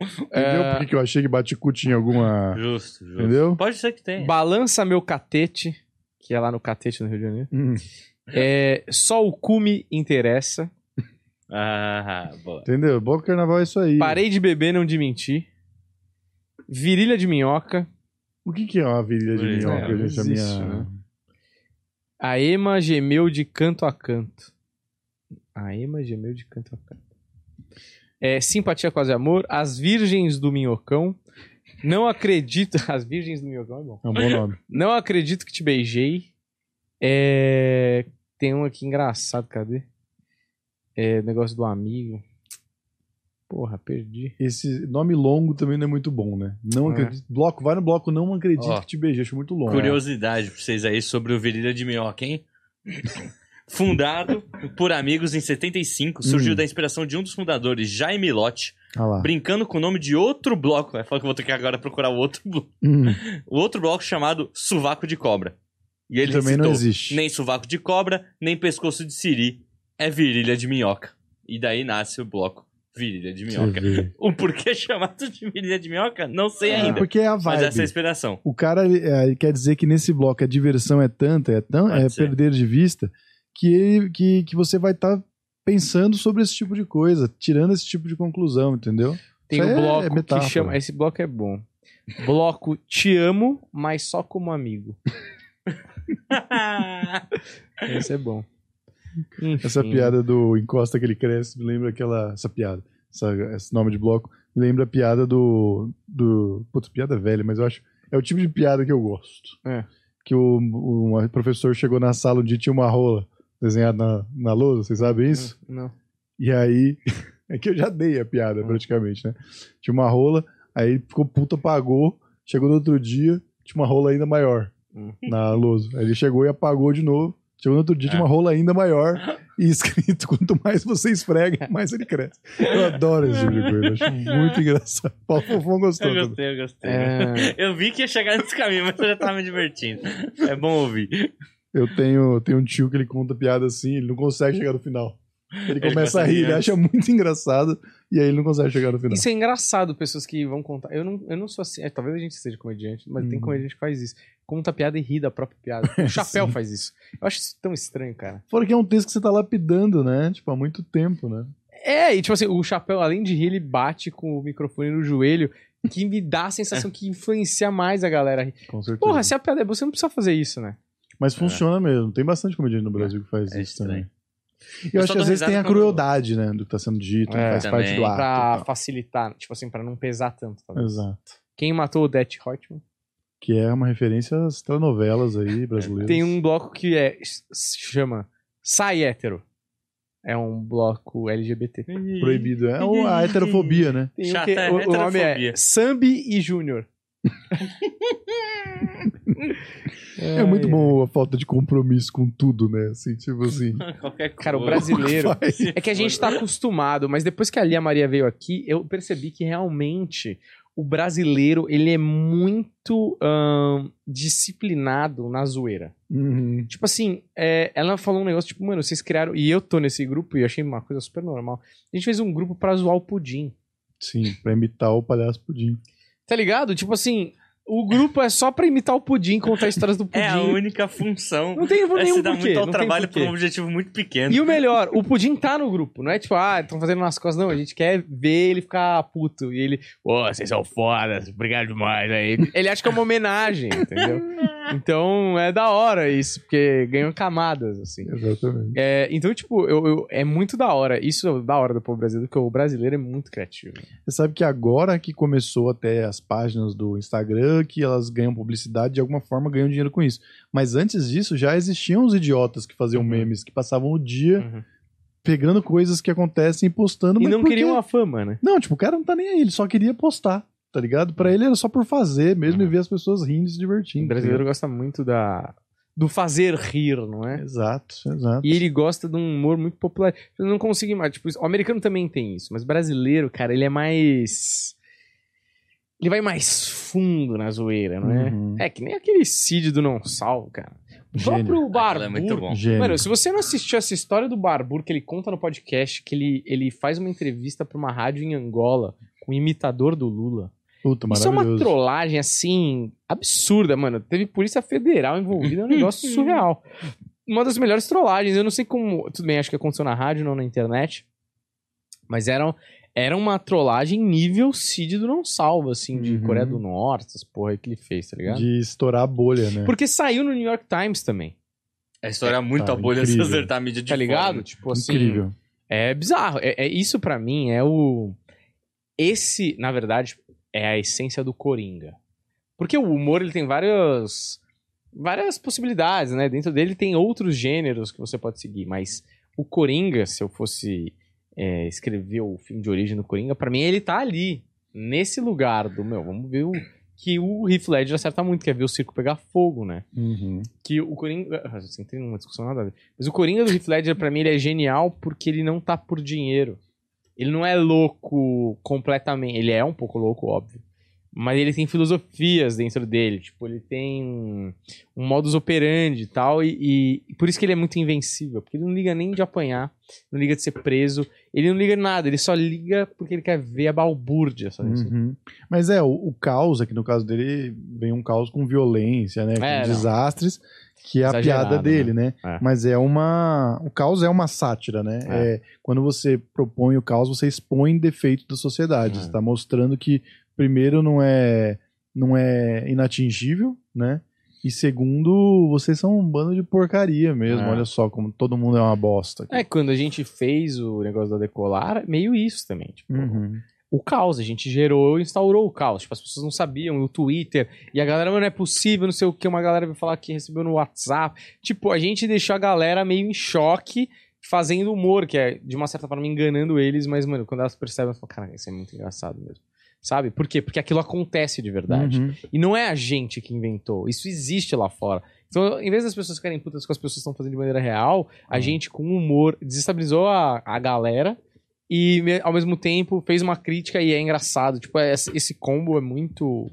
S2: Entendeu por que que eu achei que Baticu tinha alguma...
S3: É. Justo, justo.
S2: Ah. Entendeu?
S3: Pode ser que tenha.
S1: Balança meu catete. Que é lá no catete no Rio de Janeiro.
S2: Hum,
S1: É, só o cu me interessa.
S3: Ah, boa.
S2: entendeu? Bom que carnaval é isso aí.
S1: Parei de beber, não de mentir. Virilha de minhoca.
S2: O que, que é uma virilha de
S3: Pois é,
S1: não
S2: minhoca, gente? A
S1: existe,
S2: minha...
S1: né? A Ema gemeu de canto a canto. A Ema gemeu de canto a canto. É, simpatia quase amor. As Virgens do Minhocão. Não acredito. *laughs* As Virgens do Minhocão é bom.
S2: É um bom nome.
S1: Não acredito que te beijei. É, Tem um aqui engraçado, cadê? É, negócio do amigo. Porra, perdi.
S2: Esse nome longo também não é muito bom, né? Não
S1: É.
S2: acredito. Bloco, vai no bloco, não acredito
S3: Ó.
S2: que te beijei. Acho muito longo.
S3: Curiosidade pra vocês aí sobre o Virilha de
S2: *laughs*
S3: Minhoca, hein? Fundado por amigos em 75, surgiu
S2: Hum.
S3: da inspiração de um dos fundadores, Jaime Lott,
S2: Ah lá.
S3: brincando com o nome de outro bloco. Vai falar que eu vou ter que agora procurar o outro bloco.
S2: Hum,
S3: O outro bloco chamado Sovaco de Cobra. E ele
S2: também não
S3: citou,
S2: existe.
S3: nem sovaco de cobra, nem pescoço de siri, é virilha de minhoca. E daí nasce o bloco Virilha de
S2: Você
S3: Minhoca.
S2: vê.
S3: O porquê *laughs* chamado de Virilha de Minhoca? Não sei
S1: É,
S3: ainda.
S2: Porque é a
S3: Mas
S2: vibe.
S3: essa é a inspiração.
S2: *laughs* O cara ele, é, ele quer dizer que nesse bloco a diversão é tanta, é, tão,
S3: Pode
S2: é
S3: ser.
S2: perder de vista, que, ele- que, que você vai estar pensando sobre esse tipo de coisa, tirando esse tipo de conclusão, entendeu?
S1: Tem
S2: Isso
S1: um
S2: é
S1: bloco que
S2: metáfora.
S1: chama. Esse bloco é bom. Bloco Te Amo, mas só como amigo. Esse é bom.
S2: Essa é
S1: Enfim.
S2: piada do encosta que ele cresce me lembra aquela. Essa piada, essa- esse nome de bloco, me lembra a piada do. do puta, piada velha, mas eu acho. É o tipo de piada que eu gosto.
S1: É.
S2: Que o, o- um professor chegou na sala um dia e tinha uma rola desenhada na, na lousa, vocês sabem isso?
S1: Hum, Não.
S2: E aí. *laughs* É que eu já dei a piada, praticamente, né? Tinha uma rola, aí ficou puta, pagou. Chegou no outro dia, tinha uma rola ainda maior
S1: Hum.
S2: na lousa. Aí ele chegou e apagou de novo. Chegou no outro dia, tinha uma rola ainda maior e *laughs* escrito: quanto mais você esfrega, mais ele cresce. Eu adoro esse tipo de coisa, acho muito engraçado. O Paulo Fofão gostou.
S3: Eu
S2: também.
S3: gostei, eu gostei.
S1: É,
S3: Eu vi que ia chegar nesse caminho, mas eu já tava me divertindo. É bom ouvir.
S2: Eu tenho, tenho um tio que ele conta piada assim, ele não consegue chegar no final. Ele começa
S3: começa
S2: a rir,
S3: a rir
S2: ele
S3: antes.
S2: acha muito engraçado e aí ele não consegue chegar no final.
S1: isso é engraçado, pessoas que vão contar. Eu não, eu não sou assim. é, talvez a gente seja comediante, mas tem
S2: Uhum.
S1: comediante que faz isso. Conta piada e ri da própria
S2: *laughs*
S1: piada. O Chapéu
S2: Sim.
S1: faz isso. Eu acho isso tão estranho, cara.
S2: Fora que é um texto que você tá lapidando, né? Tipo, há muito tempo, né?
S1: É, e tipo assim, o Chapéu, além de rir, ele bate com o microfone no joelho, que me dá a
S2: *laughs*
S1: sensação
S2: É.
S1: que influencia mais a galera. a rir.
S2: Com certeza.
S1: Porra, se a piada é boa, você não precisa fazer isso, né?
S2: Mas funciona mesmo. Tem bastante comediante no Brasil que faz
S3: É
S2: isso
S3: estranho.
S2: também. E eu,
S3: Eu
S2: acho
S3: só
S2: que às
S3: dou
S2: vezes tem a
S3: risada quando-
S2: crueldade, né? Do que tá sendo dito,
S1: É,
S2: que faz parte
S3: também.
S2: do
S1: pra
S2: ato.
S1: facilitar, tipo assim, pra não pesar tanto.
S2: e tal.
S1: talvez.
S2: Exato.
S1: Quem matou o Death Hotman?
S2: Que é uma referência às telenovelas
S3: *laughs* É.
S2: aí brasileiras.
S1: Tem um bloco que é se chama Sai Hétero. É um bloco LGBT.
S2: Proibido. É o- a heterofobia, né?
S1: Tem um
S3: Chata
S1: que,
S3: é
S1: o, o nome é
S3: heterofobia.
S1: Sambi e Júnior.
S2: *laughs* É muito bom a falta de compromisso com tudo, né? Assim, tipo assim.
S3: *laughs* Qualquer coisa.
S1: Cara, o brasileiro.
S2: Vai.
S1: tá É que a gente tá acostumado, mas depois que a Lia Maria veio aqui, eu percebi que realmente o brasileiro, ele é muito ahn, disciplinado na zoeira.
S2: *laughs* Uhum.
S1: Tipo assim, é, ela falou um negócio, tipo, mano, vocês criaram. E eu tô nesse grupo e eu achei uma coisa super normal. A gente fez um grupo pra zoar o pudim.
S2: Sim, pra imitar o palhaço pudim.
S1: Tá ligado? Tipo assim, o grupo é só pra imitar o pudim, contar histórias do pudim.
S3: *laughs* É a única função.
S1: Não tem
S3: É
S1: nenhum
S3: se dá
S1: porquê,
S3: muito ao
S1: não tem
S3: trabalho
S1: porquê.
S3: por um objetivo muito pequeno.
S1: E o melhor, o Pudim tá no grupo, não é tipo, ah, estão fazendo nas costas, não, a gente quer ver ele ficar puto. E ele, pô, vocês são fodas, obrigado demais. Aí ele acha que é uma homenagem,
S3: *laughs*
S1: entendeu? Então é da hora isso, porque ganham camadas, assim.
S2: Exatamente.
S1: É, então, tipo, eu, eu- é muito da hora. Isso é da hora do povo brasileiro, porque o brasileiro é muito criativo.
S2: Você sabe que agora que começou até as páginas do Instagram, que elas ganham publicidade, de alguma forma ganham dinheiro com isso. Mas antes disso, já existiam os idiotas que faziam
S1: Uhum.
S2: memes, que passavam o dia
S1: Uhum.
S2: pegando coisas que acontecem e postando.
S1: E
S2: mas
S1: não
S2: por quê?
S1: queriam a fama, né?
S2: Não, tipo, o cara não tá nem aí, ele só queria postar, tá ligado? Pra ele era só por fazer mesmo
S1: Uhum.
S2: e ver as pessoas rindo e se divertindo. tá
S1: O brasileiro gosta muito da, do fazer rir, não
S2: tá
S1: é?
S2: ligado? Exato, exato.
S1: E ele gosta de um humor muito popular. Eu não consigo mais. Tipo, o americano também tem isso, mas brasileiro, cara, ele é mais. Ele vai mais fundo na zoeira, não é?
S2: Uhum.
S1: É que nem aquele Cid do Não Salvo, cara. O
S2: Gênio.
S1: próprio
S3: Aquilo
S1: Barbur.
S3: é muito bom.
S2: Gênio.
S1: Mano, se você não assistiu essa história do Barbur que ele conta no podcast, que ele, ele faz uma entrevista pra uma rádio em Angola com um imitador do Lula.
S2: Puta,
S1: Isso é uma
S2: maravilhoso.
S1: trollagem, assim, absurda, mano. Teve Polícia Federal envolvida, é um
S2: *laughs*
S1: negócio surreal. Uma das melhores trollagens. Eu não sei como. Tudo bem, acho que aconteceu na rádio, não na internet. Mas era, era uma trollagem nível Cid do Não Salvo, assim, de
S2: Uhum.
S1: Coreia do Norte, essas porra aí que ele fez, tá ligado?
S2: de estourar a bolha, né?
S1: Porque saiu no New York Times também,
S3: A história é muito
S2: Tá,
S3: a bolha se
S2: incrível.
S3: acertar a mídia de
S1: tá ligado?
S3: fora.
S1: Tipo assim.
S2: Incrível.
S1: É bizarro. É, é- isso pra mim é o. Esse, na verdade, é a essência do Coringa. Porque o humor ele tem várias várias possibilidades, né? Dentro dele tem outros gêneros que você pode seguir, mas o Coringa, se eu fosse é, escrever o filme de origem do Coringa, pra mim ele tá ali, nesse lugar do meu. Vamos ver o que o Heath Ledger acerta muito, que é ver o circo pegar fogo, né?
S2: Uhum.
S1: que o Coringa. Ah, Você entra numa discussão nada a ver. Mas o Coringa do Heath Ledger, pra mim, ele é genial porque ele não tá por dinheiro. Ele não é louco completamente. Ele é um pouco louco, óbvio. Mas ele tem filosofias dentro dele. Tipo, ele tem um, um modus operandi e tal. E, e- e por isso que ele é muito invencível. Porque ele não liga nem de apanhar, não liga de ser preso. Ele não liga nada. Ele só liga porque ele quer ver a balbúrdia. assim? Só isso.
S2: Uhum. Mas é, o, o caos aqui, no caso dele, vem um caos com violência, né? Com
S1: É, não.
S2: desastres, que é a
S1: Exagerado,
S2: piada dele, né?
S1: É.
S2: Mas é uma. O caos é uma sátira, né?
S1: É.
S2: É, quando você propõe o caos, você expõe defeito da sociedade.
S1: É.
S2: Você está mostrando que, primeiro, não é, não é inatingível, né? E segundo, vocês são um bando de porcaria mesmo.
S1: É.
S2: Olha só como todo mundo é uma bosta. aqui.
S1: É, quando a gente fez o negócio da decolar, meio isso também. Tipo,
S2: Uhum.
S1: o caos. A gente gerou e instaurou o caos. Tipo, as pessoas não sabiam, e o Twitter. E a galera, mano, não é possível, não sei o que. Uma galera veio falar que recebeu no WhatsApp. Tipo, a gente deixou a galera meio em choque, fazendo humor, que é, de uma certa forma, enganando eles. Mas, mano, quando elas percebem, elas falam, cara, isso é muito engraçado mesmo. Sabe? Por quê? Porque aquilo acontece de verdade.
S2: Uhum.
S1: E não é a gente que inventou. Isso existe lá fora. Então, em vez das pessoas ficarem putas com as pessoas que estão fazendo de maneira real, a
S2: Uhum.
S1: gente, com humor, desestabilizou a, a galera e, me- ao mesmo tempo, fez uma crítica e é engraçado. Tipo, é- esse combo é muito.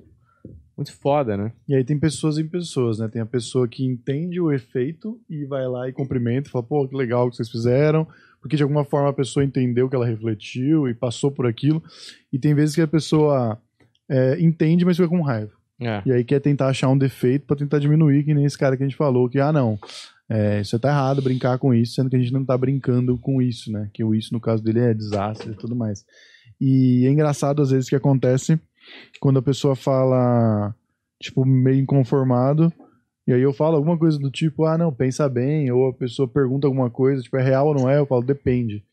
S1: Muito foda, né?
S2: E aí tem pessoas em pessoas, né? Tem a pessoa que entende o efeito e vai lá e cumprimenta e fala, pô, que legal o que vocês fizeram, porque de alguma forma a pessoa entendeu que ela refletiu e passou por aquilo. E tem vezes que a pessoa é, entende, mas fica com raiva.
S1: É.
S2: E aí quer tentar achar um defeito pra tentar diminuir, que nem esse cara que a gente falou, que, ah, não, é, isso tá errado, brincar com isso, sendo que a gente não tá brincando com isso, né? Que o isso, no caso dele, é desastre e tudo mais. E é engraçado, às vezes, que acontece quando a pessoa fala, tipo, meio inconformado, e aí eu falo alguma coisa do tipo, ah, não, pensa bem, ou a pessoa pergunta alguma coisa, tipo, é real ou não é? Eu falo, depende.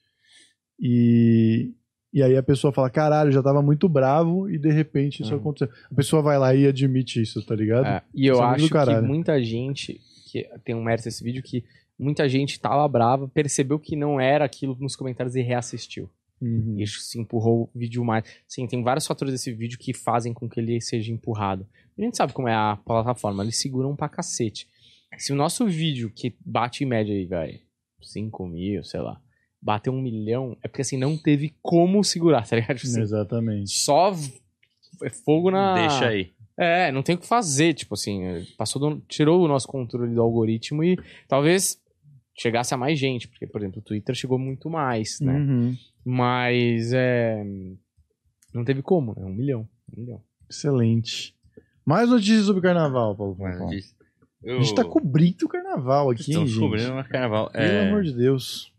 S2: E, e aí a pessoa fala, caralho, já tava muito bravo e de repente isso
S1: Uhum.
S2: aconteceu. A pessoa vai lá e admite isso, tá ligado?
S1: É, E eu
S2: Isso é muito
S1: acho
S2: do
S1: que
S2: caralho.
S1: muita gente. que Tem um mérito esse vídeo que muita gente tava brava, percebeu que não era aquilo nos comentários e reassistiu.
S2: Uhum.
S1: E isso se empurrou o vídeo mais. Sim, tem vários fatores desse vídeo que fazem com que ele seja empurrado. A gente sabe como é a plataforma, eles seguram pra cacete. Se o nosso vídeo, que bate em média aí, vai, 5 mil, sei lá, é *laughs* bater um milhão, é porque assim, não teve como segurar, tá ligado? Tipo assim,
S2: Exatamente.
S1: só v- é fogo na.
S3: Deixa aí.
S1: É, não tem o que fazer, tipo assim, passou do- tirou o nosso controle do algoritmo e talvez chegasse a mais gente, porque, por exemplo, o Twitter chegou muito mais, né?
S2: Uhum.
S1: Mas é. Não teve como, né? Um milhão. Um milhão.
S2: Excelente. Mais notícias sobre carnaval, Paulo
S3: Mas
S2: Pompom.
S3: diz- eu-
S2: A gente tá cobrindo o carnaval aqui, hein,
S3: Estamos
S2: gente?
S3: descobrindo no carnaval.
S2: Pelo
S3: É,
S2: amor de Deus.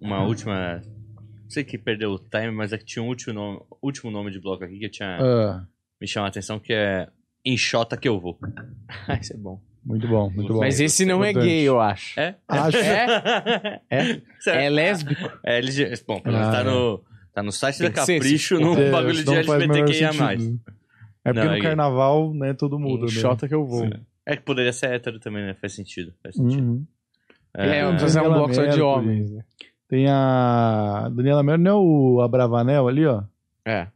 S3: Uma última. Não sei que perdeu o time, mas é que tinha um último nome, último nome de bloco aqui que
S1: É.
S3: tinha
S2: Ah,
S3: me chamado a atenção, que é Enxota que eu vou.
S1: *laughs* Ah, isso é bom.
S2: muito bom, muito bom.
S1: Mas esse não é
S2: Importante.
S1: gay, eu acho.
S3: É?
S2: Acho.
S1: *laughs*
S3: *laughs* É?
S1: É?
S3: Será?
S1: É lésbico?
S3: É LG... Bom, pelo menos
S2: Ah,
S3: tá
S2: é.
S3: no, tá no site da
S1: Tem que ser
S3: Capricho,
S1: esse tipo
S3: num
S1: ponto.
S2: É,
S3: bagulho de
S2: senão faz o menor
S3: LGBTQIA+.
S2: sentido. É porque
S3: Não,
S2: no
S3: é-
S2: carnaval, né, todo mundo.
S1: Um
S2: né?
S1: Xota que eu vou.
S3: Sim. É que poderia ser hétero também, né? Faz sentido. Faz sentido.
S2: Uhum.
S1: Hum. É, não precisa ser um
S2: Angela
S1: bloco só de
S2: Mercury.
S1: homens, né?
S2: Tem a Daniela Melo, não é o Abravanel ali, ó?
S1: *laughs* É.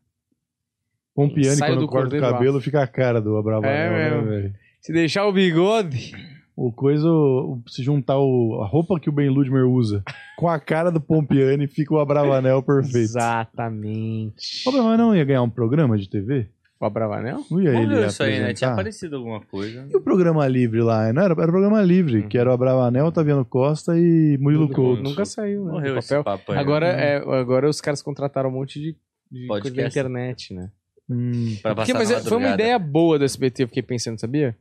S2: Pompiani,
S1: Sai
S2: um quando
S1: do
S2: corta o
S1: cordeiro,
S2: cabelo, fica a cara do Abravanel,
S1: É
S2: né,
S1: mesmo.
S2: velho?
S1: Se deixar o bigode.
S2: O coisa, o- se juntar o- a roupa que o Ben Ludmer usa *laughs* com a cara do Pompiani, fica o
S1: *laughs*
S2: Abravanel perfeito.
S1: Exatamente.
S2: O Abravanel não ia ganhar um programa de TV?
S1: O Abravanel?
S2: Não ia
S3: Vamos
S2: ele
S3: ver isso aí, né? Tinha
S2: apresentar?
S3: aparecido alguma coisa.
S2: E o programa livre lá? Não era, era o programa livre,
S1: Uhum.
S2: que era o Abravanel, Taviano Costa e Murilo
S3: Murilo
S2: Couto.
S1: Nunca saiu, né? do
S3: Morreu esse
S1: papel.
S3: papo aí.
S1: Agora, é,
S2: Hum.
S1: agora os caras contrataram um monte de, de
S3: Podcast.
S1: coisa da internet, né?
S2: Hum,
S3: Pra
S1: Porque,
S3: passar
S1: mas
S3: na
S1: é- foi uma
S3: madrugada.
S1: ideia boa do SBT, eu fiquei pensando, sabia?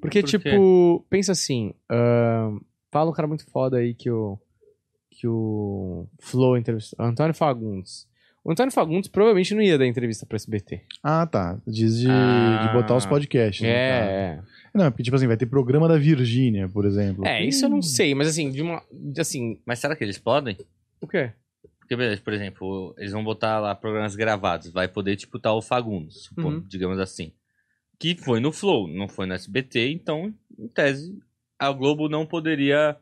S1: Porque,
S3: Por quê?
S1: tipo, pensa assim, ahn, fala um cara muito foda aí que o, que o Flow entrevistou, Antônio Fagundes. O Antônio Fagundes provavelmente não ia dar entrevista pro SBT.
S2: Ah, tá. Diz de,
S3: Ah.
S2: de botar os podcasts. né, cara?
S1: É, é.
S2: Não, é porque, tipo assim, vai ter programa da Virgínia, por exemplo.
S1: É, isso eu não sei, mas assim, de uma. de, assim,
S3: Mas será que eles podem?
S1: o quê?
S3: Porque, beleza, por exemplo, eles vão botar lá programas gravados. Vai poder, tipo, tá o Fagundes, supo-
S1: Uhum.
S3: digamos assim. Que foi no Flow, não foi no SBT, então, em tese, a Globo não poderia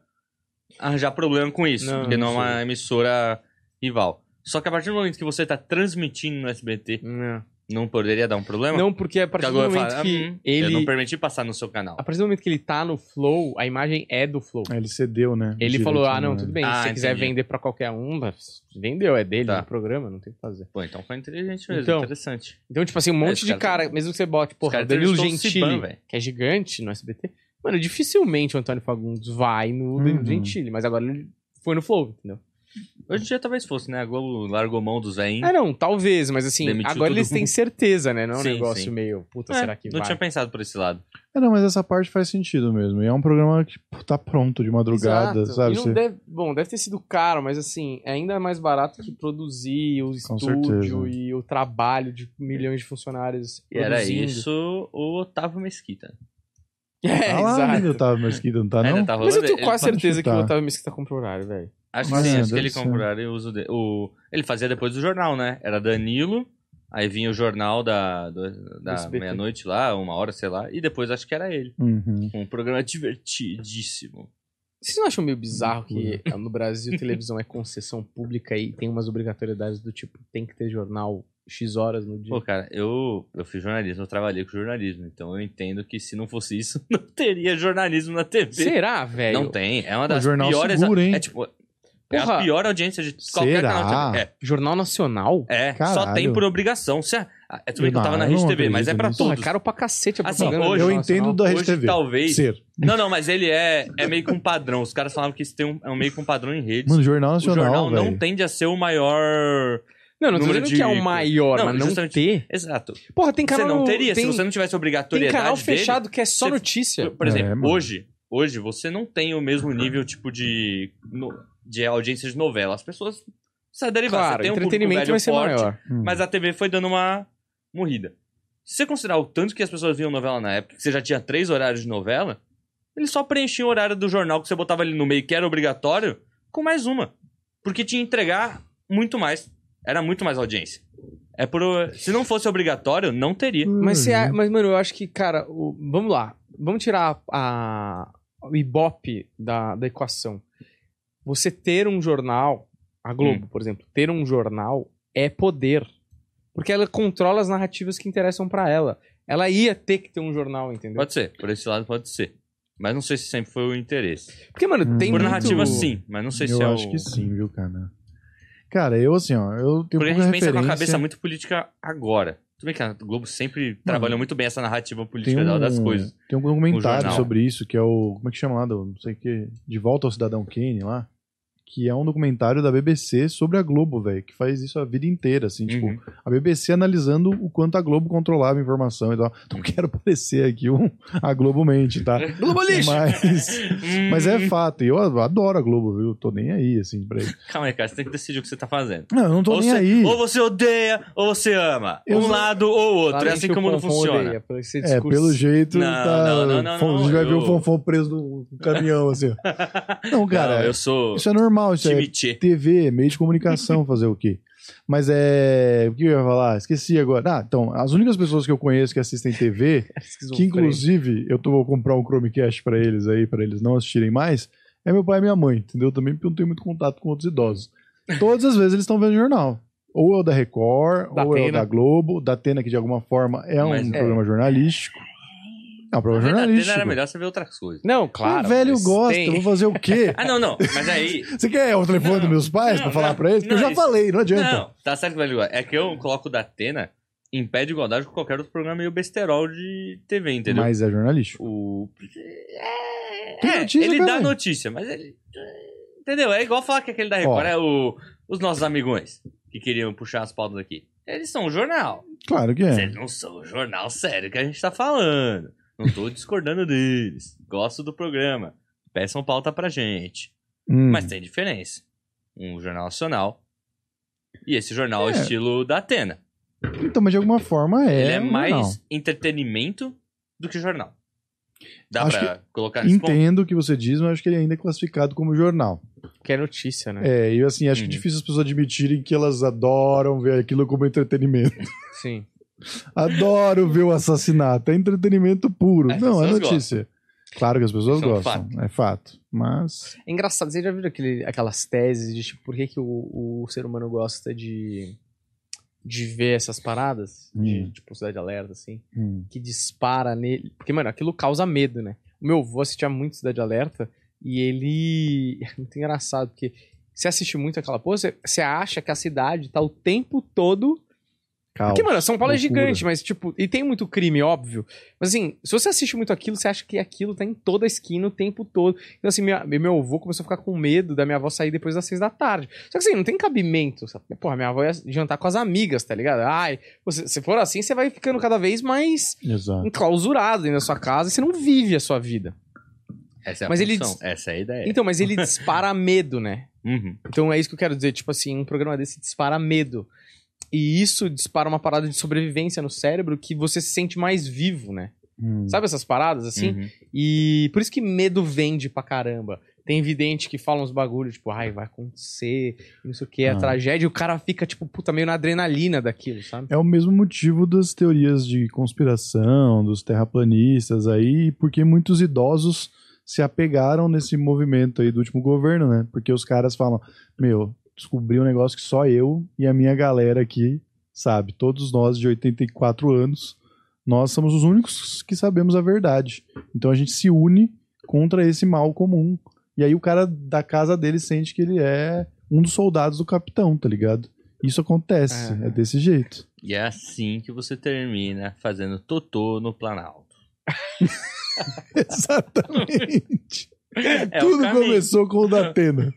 S3: arranjar problema com isso,
S1: Não,
S3: porque não é
S1: não sei.
S3: uma emissora rival. Só que a partir do momento que você tá transmitindo no SBT,
S1: Não,
S3: não poderia dar um problema?
S1: não porque a
S3: Porque
S1: partir
S3: a
S1: do
S3: Globo
S1: momento
S3: vai falar,
S1: que
S3: "Ah, hum, Eu não
S1: ele.
S3: permiti passar no seu canal.
S1: A partir do momento que ele tá no Flow, a imagem é do Flow.
S2: Ele cedeu, né?
S3: É,
S1: Ele
S2: Direito,
S1: falou, ah, não,
S2: né?
S1: tudo bem,
S3: Ah,
S1: se você quiser
S3: entendi.
S1: vender pra qualquer um, mas vendeu, é dele,
S3: Tá.
S1: é do programa, não tem o que fazer.
S3: Pô, então foi inteligente mesmo,
S1: Então,
S3: interessante.
S1: Então, tipo assim, um monte
S3: esse
S1: de
S3: cara-
S1: cara, mesmo que você bote, porra,
S3: caras
S1: Danilo
S3: entrevistou o Siban,
S1: Gentili,
S3: velho.
S1: que é gigante no SBT, mano, dificilmente o Antônio Fagundes vai no Danilo
S2: Uhum.
S1: Gentili, mas agora ele foi no Flow, entendeu?
S3: Hoje em dia talvez fosse, né? A Globo largou mão dos veinhos.
S1: Ah, não, talvez, mas assim,
S3: Demitiu
S1: agora
S3: todo
S1: eles têm
S3: mundo.
S1: certeza, né? Não é um
S3: Sim,
S1: negócio
S3: sim.
S1: meio, puta,
S3: É,
S1: será que
S3: não
S1: vai?
S3: tinha pensado por esse lado.
S2: É, não, mas essa parte faz sentido mesmo. E é um programa que pô, tá pronto de madrugada,
S1: Exato.
S2: sabe?
S3: um
S1: E não
S2: Você-
S1: deve- bom, deve ter sido caro, mas assim, é ainda mais barato que produzir o estúdio
S2: certeza.
S1: e o trabalho de milhões de funcionários
S3: E era
S1: produzindo.
S3: isso o Otávio Mesquita.
S1: *laughs* É,
S3: *laughs*
S2: Tá lá ainda o
S1: exato.
S2: Otávio Mesquita, não tá
S3: Ainda
S2: não?
S3: tá
S1: Mas eu
S3: rolando,
S1: tenho
S3: ele
S1: quase
S3: fa-
S1: certeza que o
S2: chutar.
S1: Otávio Mesquita comprou horário, velho.
S3: Acho
S2: Mas
S3: que sim,
S2: é,
S3: acho que
S2: deve
S3: ele
S2: ser.
S3: comprou o uso de- o Ele fazia depois do jornal, né? Era Danilo, aí vinha o jornal da, do- da
S1: SBT.
S3: meia-noite lá, uma hora, sei lá, e depois acho que era ele.
S2: Uhum.
S3: Um programa divertidíssimo.
S1: Vocês não acham meio bizarro que é, no Brasil televisão é concessão pública e tem umas obrigatoriedades do tipo, tem que ter jornal X horas no dia?
S3: Pô, cara, eu, eu fiz jornalismo, eu trabalhei com jornalismo, então eu entendo que se não fosse isso, *laughs* não teria jornalismo na TV.
S1: Será, velho?
S3: Não tem, é uma
S2: O
S3: das
S2: jornal
S3: piores...
S2: segura, hein?
S3: É tipo... É a
S1: Porra.
S3: pior audiência de qualquer
S2: Será?
S3: canal. de TV. É,
S1: Jornal nacional?
S3: É, só
S2: Caralho.
S3: tem por obrigação. Se a- a- é tudo bem que eu
S2: Não,
S3: tava na
S2: eu
S3: Rede
S2: não
S3: TV, mas é
S2: acredito
S3: pra
S2: nisso.
S1: Porra, é
S3: todos.
S1: caro pra cacete a
S3: Assim,
S1: propaganda do
S3: hoje
S2: Eu
S1: Jornal
S2: entendo
S1: Nacional.
S2: da Rede
S3: Hoje
S2: TV.
S3: talvez.
S2: Ser.
S3: Não, não, mas ele é, é meio que um padrão. Os caras falavam que isso tem um, é um meio que um padrão em redes.
S2: Mano, Jornal
S3: o
S2: Nacional,
S3: jornal não
S2: velho.
S3: tende a ser o maior.
S1: Não, não tô
S3: Número
S1: dizendo que é o
S3: de-
S1: maior,
S3: Não,
S1: mas não
S3: justamente-
S1: ter.
S3: Exato.
S1: Porra, tem um canal
S3: você não
S1: no-
S3: teria
S1: tem,
S3: se você não tivesse
S1: tem
S3: obrigatoriedade.
S1: canal
S3: dele.
S1: fechado que é só
S3: você-
S1: notícia.
S3: Por exemplo,
S2: É, mano.
S3: hoje, hoje você não tem o
S1: Uhum.
S3: mesmo nível tipo de, no- de audiência de novela. As pessoas. Isso é derivado.
S1: Claro,
S3: você tem um público
S1: entretenimento
S3: velho
S1: vai ser
S3: forte,
S1: maior.
S2: Hum.
S3: Mas a TV foi dando uma morrida. Se você considerar o tanto que as pessoas viam novela na época, que você já tinha três horários de novela, eles só preenchiam o horário do jornal que você botava ali no meio, que era obrigatório, com mais uma. Porque tinha que entregar muito mais. Era muito mais audiência. É por... Se não fosse obrigatório, é- não teria.
S1: Mas, você a-
S2: Uhum.
S1: mas, mano, eu acho que, cara, o- vamos lá. Vamos tirar a, o Ibope da, da equação. Você ter um jornal, a Globo, por exemplo, ter um jornal é poder. Porque ela controla as narrativas que interessam pra ela. Ela ia ter que ter um jornal, entendeu?
S3: Pode ser. Por esse lado, pode ser. Mas não sei se sempre foi o interesse.
S1: Porque, mano,
S2: Hum.
S1: tem
S3: Por
S1: muito...
S3: narrativa, sim. Mas não sei
S2: eu
S3: se é
S2: acho
S3: o...
S2: que sim, viu, cara? Cara, eu assim, ó, eu tenho
S3: Porque a
S2: pouca
S3: gente pensa com a
S2: referência.
S3: cabeça muito política agora. Tudo bem que a Globo sempre trabalhou muito bem essa narrativa política
S2: um,
S3: das coisas.
S2: Tem um documentário
S3: jornal.
S2: sobre isso, que é o. Como é que chama lá? Do, não sei o que. De Volta ao Cidadão Kane lá. Que é um documentário da BBC sobre a Globo, velho. Que faz isso a vida inteira, assim.
S3: Uhum.
S2: Tipo, a BBC analisando o quanto a Globo controlava a informação e tal. Não *laughs* quero parecer aqui um, a Globo mente, tá?
S3: Globo lixo!
S2: Mas,
S3: Hum,
S2: mas é fato. E eu adoro a Globo, viu? Tô nem aí, assim, pra isso.
S3: Calma aí, cara. Você tem que decidir o que você tá fazendo.
S2: Não, eu não tô
S3: ou,
S2: nem
S3: você,
S2: aí.
S3: ou você odeia, ou você ama.
S2: Eu
S3: um
S2: não-
S3: lado ou outro. É
S1: Claramente
S3: assim
S1: o
S3: como não
S1: Fonfon
S3: funciona.
S1: odeia, pelo esse
S2: É,
S1: discurso. *laughs*
S2: pelo jeito,
S3: Não,
S2: tá.
S3: não, não, não,
S2: Fon-
S3: não,
S2: a gente vai ver
S3: eu-
S2: o Fonfon preso no no caminhão,
S3: *laughs*
S2: assim. ó. Não, cara.
S3: Não, eu sou
S2: Isso é normal, isso é
S3: time Tchê.
S2: TV, meio de comunicação fazer o quê? Mas é. O que eu ia falar? Esqueci agora. Ah, então, as únicas pessoas que eu conheço que assistem TV, que inclusive eu tô, vou comprar um Chromecast pra eles aí, pra eles não assistirem mais, é meu pai e minha mãe, entendeu? Também porque eu não tenho muito contato com outros
S3: *laughs*
S2: idosos. Todas as vezes eles estão vendo jornal. Ou é o da Record,
S1: Da
S2: ou é o
S1: Atena.
S2: da Globo, da Atena, que de alguma forma é um
S3: Mas é.
S2: programa jornalístico. É um programa jornalístico.
S3: Era melhor você ver
S2: *laughs*
S3: outras coisas.
S1: Não, claro.
S2: o velho
S1: mas
S2: gosta,
S1: tem-
S2: eu vou fazer o
S3: *laughs*
S2: quê?
S3: Ah, não, não. Mas aí.
S2: Você quer o telefone
S3: Não,
S2: dos meus pais
S3: não,
S2: pra falar
S3: não,
S2: pra eles? Porque eu
S3: não, é
S2: já
S3: isso-
S2: falei, não *laughs* adianta.
S3: Não, tá certo, velho. É que eu coloco o da Atena em pé de igualdade com qualquer outro programa meio besterol de TV, entendeu?
S2: Mas é jornalístico.
S3: O. É,
S2: Tem
S3: é,
S2: notícia,
S3: ele dá
S2: caralho.
S3: notícia, mas ele. Entendeu? É igual falar que aquele da Record
S2: Ó.
S3: é o, os nossos amigões que queriam puxar as pautas aqui. Eles são um jornal.
S2: Claro que é.
S3: Vocês não são o jornal sério que a gente tá falando. Não tô discordando deles. Gosto do programa. Peçam pauta pra gente.
S2: Hum.
S3: Mas tem diferença. Um jornal nacional e esse jornal
S2: É.
S3: estilo da Atena.
S2: Então, mas de alguma forma é.
S3: Ele é
S2: um
S3: mais
S2: jornal.
S3: entretenimento do que jornal. Dá
S2: Acho
S3: pra colocar nesse ponto?
S2: Entendo o que você diz, mas acho que ele ainda é classificado como jornal.
S1: Que é notícia, né?
S2: É, e assim, acho que é
S3: Uhum.
S2: difícil as pessoas admitirem que elas adoram ver aquilo como entretenimento. *laughs*
S1: Sim.
S2: Adoram ver o assassinato. É entretenimento puro.
S3: As
S2: não, é
S3: pessoas
S2: notícia. Claro que as pessoas
S3: Isso é um
S2: gostam. É fato. Mas.
S1: É engraçado, vocês já viram aquele- aquelas teses de tipo, por que, que o, o ser humano gosta de, de ver essas paradas? De,
S2: Hum.
S1: tipo, cidade alerta, assim.
S2: hum,
S1: que dispara nele. Porque, mano, aquilo causa medo, né? O meu avô assistia muito Cidade Alerta e ele. *laughs* É muito engraçado, porque você assiste muito aquela porra, você, você acha que a cidade tá o tempo todo.
S2: calma.
S1: Porque, mano, São Paulo é
S2: Loucura.
S1: gigante, mas, tipo, e tem muito crime, óbvio. Mas, assim, se você assiste muito aquilo, você acha que aquilo tá em toda a esquina o tempo todo. Então, assim, minha- meu avô começou a ficar com medo da minha avó sair depois das seis da tarde. Só que, assim, não tem cabimento. Sabe? Porra, minha avó ia jantar com as amigas, tá ligado? Ai, você, se for assim, você vai ficando cada vez mais
S2: Exato.
S1: enclausurado dentro da sua casa e você não vive a sua vida.
S3: Essa é a
S1: Mas ele
S3: função, Essa é a ideia.
S1: Então, mas ele *laughs* dispara medo, né?
S3: Uhum.
S1: Então é isso que eu quero dizer, tipo assim, um programa desse dispara medo. E isso dispara uma parada de sobrevivência no cérebro que você se sente mais vivo, né?
S2: Hum.
S1: Sabe essas paradas assim?
S3: Uhum.
S1: E por isso que medo vende pra caramba. Tem vidente que fala uns bagulhos, tipo, ai, vai acontecer, não sei o que, é
S2: Ah.
S1: tragédia, e o cara fica, tipo, puta, meio na adrenalina daquilo, sabe?
S2: É o mesmo motivo das teorias de conspiração, dos terraplanistas aí, porque muitos idosos se apegaram nesse movimento aí do último governo, né? Porque os caras falam, meu, descobri um negócio que só eu e a minha galera aqui sabe. Todos nós de 84 anos, nós somos os únicos que sabemos a verdade. Então a gente se une contra esse mal comum. E aí o cara da casa dele sente que ele é um dos soldados do capitão, tá ligado? Isso acontece,
S1: Ah.
S2: é desse jeito.
S3: E é assim que você termina fazendo totô no Planalto.
S2: *laughs* Exatamente.
S3: É o
S2: tudo
S3: caminho.
S2: começou com o da Atena.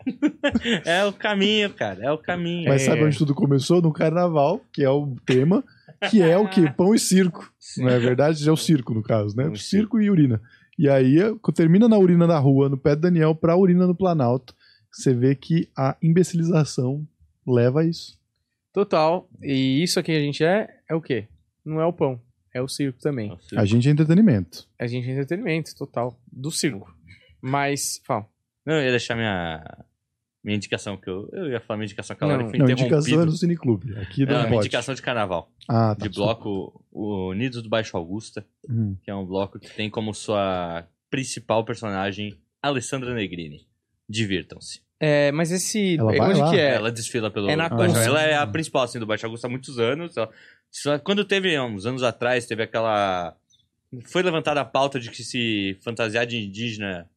S3: É o caminho, cara. É o caminho.
S2: Mas
S1: É.
S2: sabe onde tudo começou? No carnaval, que é o tema, que é o que? Pão e circo. Não é verdade? É o circo, no caso, né?
S3: Pão e
S2: circo e urina. E aí é, termina na urina na rua, no pé do Daniel, pra urina no Planalto. Você vê que a imbecilização leva a isso.
S1: Total. E isso aqui que a gente é, é o quê? Não é o pão, é o circo também.
S3: Nossa,
S2: A gente é entretenimento.
S1: A gente é entretenimento total do circo. Mas, fala.
S3: Não, eu ia deixar minha, minha indicação, que eu, eu ia falar minha indicação calórica,
S1: Não.
S3: foi
S2: Não, indicação é
S3: interrompida.
S2: no cineclube. Aqui
S3: Não,
S2: não,
S3: minha
S2: pode.
S3: Ah, indicação de carnaval.
S2: Ah,
S3: De bloco o Unidos do Baixo Augusta,
S2: Hum.
S3: que é um bloco que tem como sua principal personagem Alessandra Negrini. Divirtam-se.
S1: É, mas esse.
S2: Ela vai
S1: onde
S2: lá?
S1: que é?
S3: Ela desfila pelo
S1: É na
S3: Baixo Augusto.
S2: Conce-
S3: Ela é a principal, assim, do Baixo Augusto há muitos anos. Ela- só- Quando teve, uns anos atrás, teve aquela... Foi levantada a pauta de que se fantasiar de indígena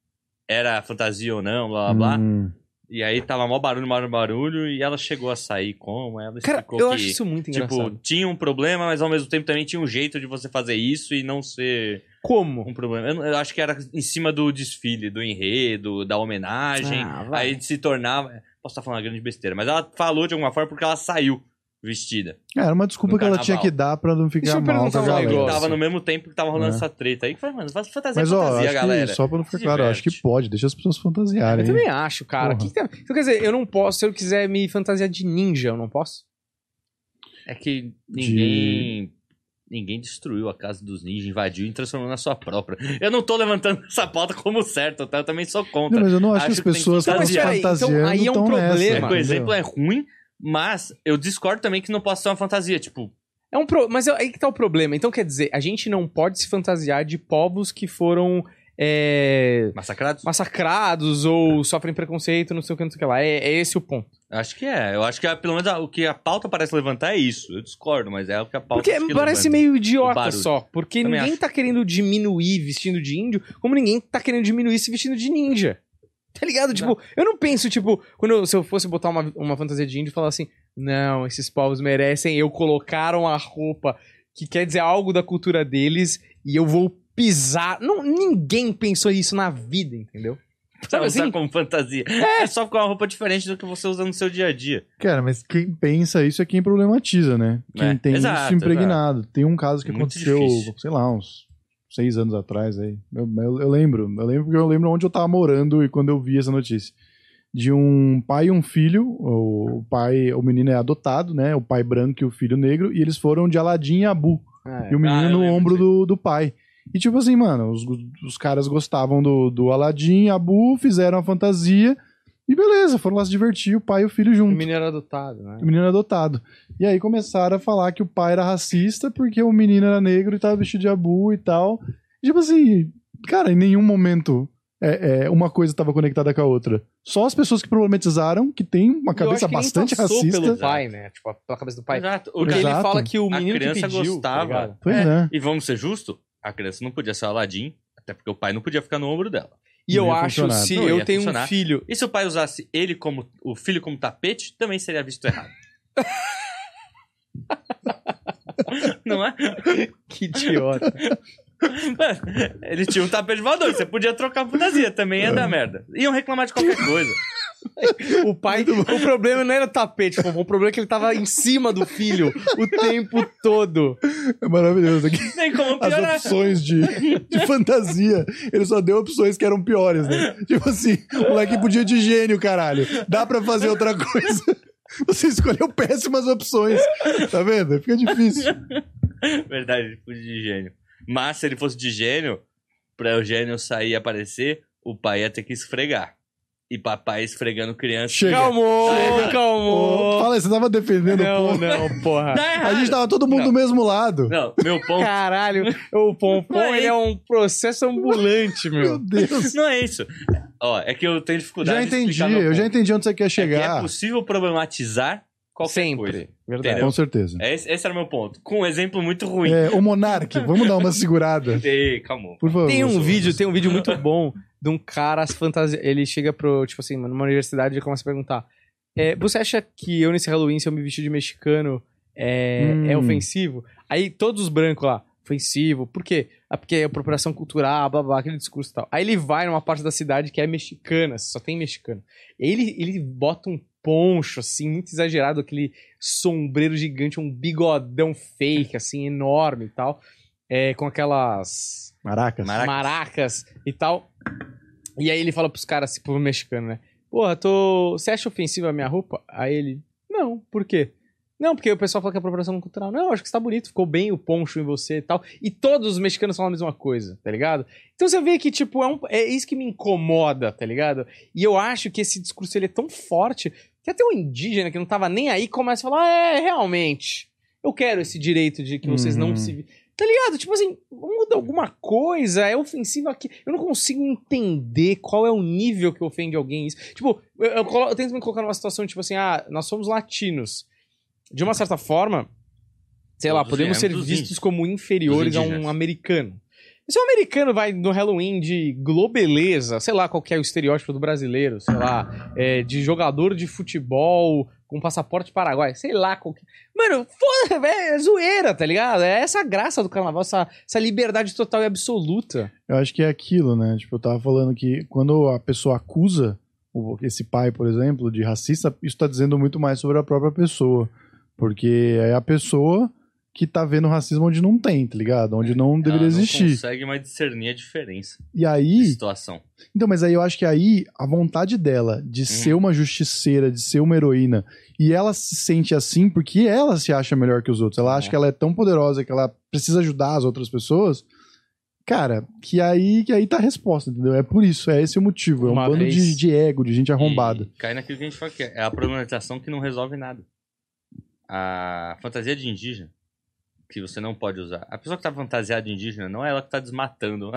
S3: era fantasia ou não, blá, blá, blá.
S2: Hum.
S3: E aí tava mó barulho, mó barulho, e ela chegou a sair como? Ela
S1: Cara,
S3: explicou
S1: eu
S3: que,
S1: acho isso muito engraçado.
S3: tipo, tinha um problema, mas ao mesmo tempo também tinha um jeito de você fazer isso e não ser
S1: Como?
S3: um problema. Eu, não- eu acho que era em cima do desfile, do enredo, da homenagem.
S1: Ah, vai.
S3: aí se tornava. Posso estar falando uma grande besteira, mas ela falou de alguma forma porque ela saiu vestida.
S2: É, Era uma desculpa
S3: No
S2: que ela
S3: carnaval.
S2: tinha que dar pra não ficar
S1: Deixa eu
S2: mal tá com
S1: perguntar
S2: a
S1: um
S2: galera.
S1: negócio.
S3: Tava no mesmo tempo que tava rolando
S2: É.
S3: essa treta. Aí que foi, mano, faz fantasia,
S2: Mas, ó,
S3: fantasia,
S2: acho
S3: galera.
S2: que, só pra não ficar
S3: Se
S2: claro, eu acho
S3: diverte.
S2: que pode, deixa as pessoas
S1: Eu
S2: fantasiarem.
S1: também acho, cara.
S2: Porra.
S1: Que que tá- Então, quer dizer, eu não posso, se eu quiser me fantasiar de ninja, eu não posso?
S3: É que ninguém. Ninguém destruiu a casa dos ninjas, invadiu e transformou na sua própria. Eu não tô levantando *laughs* essa pauta como certo, tá? Eu também sou
S2: Não,
S3: contra.
S2: mas eu não acho,
S3: Acho
S2: que
S3: que
S2: as
S3: tem
S2: pessoas
S3: que
S2: estão se
S1: fantasiar. Então,
S2: fantasiando
S1: aí é um
S2: tão
S1: problema.
S2: nessa,
S3: É que o
S2: entendeu?
S3: exemplo é ruim, mas eu discordo também que não posso ser uma fantasia. Tipo,
S1: É um pro... Mas é- aí que tá o problema. Então, quer dizer, a gente não pode se fantasiar de povos que foram é,
S3: massacrados?
S1: massacrados ou sofrem preconceito, não sei o que, não sei o que lá. É, é esse o ponto.
S3: Acho que é. Eu acho que pelo menos a- o que a pauta parece levantar é isso. Eu discordo, mas é o que a pauta
S1: Porque
S3: acho que
S1: parece
S3: levanta.
S1: meio
S3: O
S1: idiota
S3: barulho.
S1: só. Porque
S3: Também
S1: ninguém
S3: acho.
S1: tá querendo diminuir vestindo de índio, como ninguém tá querendo diminuir se vestindo de ninja. Tá ligado? Tipo, eu não penso, tipo, quando eu- se eu fosse botar uma, uma fantasia de índio e falar assim, não, esses povos merecem, eu colocaram a roupa que quer dizer algo da cultura deles e eu vou pisar. Não, ninguém pensou isso na vida, entendeu?
S3: Pra
S1: Sabe
S3: usar
S1: assim?
S3: como fantasia. É. só com uma roupa diferente do que você usa no seu dia a dia.
S2: Cara, mas quem pensa isso é quem problematiza, né? Quem
S3: É,
S2: tem
S3: exato,
S2: isso impregnado. Tem um caso que
S3: Muito
S2: aconteceu,
S3: difícil.
S2: sei lá, uns seis anos atrás aí. Eu, eu- eu lembro, eu lembro porque eu lembro onde eu tava morando e quando eu vi essa notícia. De um pai e um filho, o pai, o menino é adotado, né? O pai branco e o filho negro, e eles foram de Aladim e Abu.
S1: Ah,
S2: E o menino
S3: Ah, eu
S2: no
S3: lembro
S2: ombro
S3: disso
S2: do, do pai. E tipo assim, mano, os, os caras gostavam do, do Aladim, Abu, fizeram a fantasia e beleza, foram lá se divertir, o pai e o filho
S1: o
S2: junto.
S1: menino era adotado, né?
S2: O menino era adotado. E aí começaram a falar que o pai era racista porque o menino era negro e tava vestido de abu e tal. E, tipo assim, cara, em nenhum momento é, é, uma coisa tava conectada com a outra. Só as pessoas que problematizaram, que tem uma
S1: E eu acho
S2: cabeça
S1: que nem
S2: bastante
S1: passou
S2: racista.
S1: pelo pai, né? Tipo, pela cabeça do pai.
S3: Exato. O
S1: Porque
S3: que
S2: Exato.
S1: ele fala que o
S3: a
S1: menino que
S3: criança
S1: pediu, tá
S3: gostava.
S1: ligado?
S2: Pois é.
S3: E vamos ser justos? A criança não podia ser o Aladim, até porque o pai não podia ficar no ombro dela.
S1: e eu
S2: Não ia
S1: acho,
S2: funcionar.
S1: se
S3: Não
S1: eu
S3: ia
S1: tenho um
S3: funcionar.
S1: filho...
S3: E se o pai usasse ele como o filho como tapete, também seria visto
S2: *laughs*
S3: errado. não é?
S1: Que idiota.
S3: Mano, Ele tinha um tapete voador, você podia trocar a fantasia, também
S2: É.
S3: ia dar merda. Iam reclamar de qualquer coisa.
S1: *laughs* O pai... O problema não era o tapete, Fofão, o problema é que ele tava em cima do filho o tempo todo.
S2: *laughs* É maravilhoso aqui.
S3: Nem como
S2: As
S3: piorar.
S2: opções
S3: *laughs*
S2: de, de fantasia. Ele só deu opções que eram piores, né? Tipo assim, o moleque podia de gênio, caralho. Dá pra fazer outra coisa. *laughs* Você escolheu péssimas opções. Tá vendo? Fica difícil.
S3: Verdade, ele fugiu de gênio. Mas se ele fosse de gênio, pra o gênio sair e aparecer, o pai ia ter que esfregar. E papai esfregando criança.
S2: Chega.
S1: Calmou,
S3: Chega.
S2: Ô,
S1: calmou.
S2: fala aí, você tava defendendo o
S1: Não,
S2: povo.
S1: não, porra.
S3: Dá Tá errado.
S2: A gente tava todo mundo
S3: Não.
S2: do mesmo lado.
S3: Não, meu ponto
S1: Caralho, o Pompom
S3: Aí.
S1: ele é um processo ambulante,
S2: Meu
S1: meu.
S2: Deus.
S3: não é isso. Ó, é que eu tenho dificuldade
S2: Já
S3: de
S2: entendi,
S3: explicar meu
S2: eu
S3: ponto.
S2: já entendi onde você quer
S3: É, que é
S2: chegar.
S3: possível problematizar qualquer
S1: Sempre.
S3: coisa.
S1: Verdade.
S3: entendeu?
S2: Com certeza.
S3: É, Esse, esse era o meu ponto. Com um exemplo muito ruim.
S2: É, o Monark, vamos dar uma segurada.
S3: Ei, calma.
S2: Por favor.
S1: Tem um
S2: senhor.
S1: vídeo, tem um vídeo muito bom de um cara, as fantasia. Ele chega pro, tipo assim, numa universidade e começa a perguntar: é, Você acha que eu nesse Halloween, se eu me vestir de mexicano, é,
S2: Hum.
S1: é ofensivo? Aí todos os brancos lá, ofensivo, por quê? Ah, porque é apropriação cultural, blá blá, blá, aquele discurso e tal. Aí ele vai numa parte da cidade que é mexicana, só tem mexicano. Ele, ele bota um poncho, assim, muito exagerado, aquele sombreiro gigante, um bigodão fake, assim, enorme e tal. É, com aquelas
S2: Maracas.
S3: Maracas.
S1: maracas e tal. E aí ele fala pros caras, assim, pro mexicano, né? Porra, tô. Você acha ofensiva a minha roupa? Aí ele. Não, por quê? Não, porque o pessoal fala que é apropriação cultural. Não, acho que está bonito, ficou bem o poncho em você e tal. E todos os mexicanos falam a mesma coisa, tá ligado? Então você vê que, tipo, é, um- é isso que me incomoda, tá ligado? E eu acho que esse discurso ele é tão forte que até o indígena que não tava nem aí começa a falar: é, realmente, eu quero esse direito de que vocês não
S2: Uhum.
S1: se. vi-" Tá ligado? Tipo assim, muda alguma coisa, é ofensivo aqui. Eu não consigo entender qual é o nível que ofende alguém isso. Tipo, eu, eu colo- eu tento me colocar numa situação, tipo assim, ah, nós somos latinos. De uma certa forma, sei lá,
S3: Todos
S1: podemos ser
S3: viemos dos
S1: vistos
S3: índios.
S1: como inferiores a
S3: Dos
S1: um
S3: indígenas.
S1: americano. Se um americano vai no Halloween de globeleza, sei lá qual que é o estereótipo do brasileiro, sei lá, é, de jogador de futebol com passaporte paraguai, sei lá qual que... Mano, foda é zoeira, tá ligado? É essa a graça do carnaval, essa, essa liberdade total e absoluta.
S2: Eu acho que é aquilo, né? Tipo, eu tava falando que quando a pessoa acusa o- esse pai, por exemplo, de racista, isso tá dizendo muito mais sobre a própria pessoa. Porque é a pessoa que tá vendo racismo onde não tem, tá ligado? Onde não deveria
S3: Ela Ah, não
S2: existir.
S3: consegue mais discernir a diferença
S2: E
S3: de
S2: aí.
S3: situação.
S2: Então, mas aí eu acho que aí a vontade dela de ser uma justiceira, de ser uma heroína, e ela se sente assim porque ela se acha melhor que os outros. Ela acha
S1: É.
S2: que ela é tão poderosa que ela precisa ajudar as outras pessoas. Cara, que aí que aí tá a resposta, entendeu? É por isso, é esse o motivo. É um
S1: Uma
S2: bando de,
S1: vez-
S2: de ego, de
S3: Uhum.
S2: gente arrombada.
S3: E cai naquilo que a gente fala que é é a problematização que não resolve nada. A fantasia de indígena, que você não pode usar. A pessoa que tá fantasiada de indígena não é ela que tá desmatando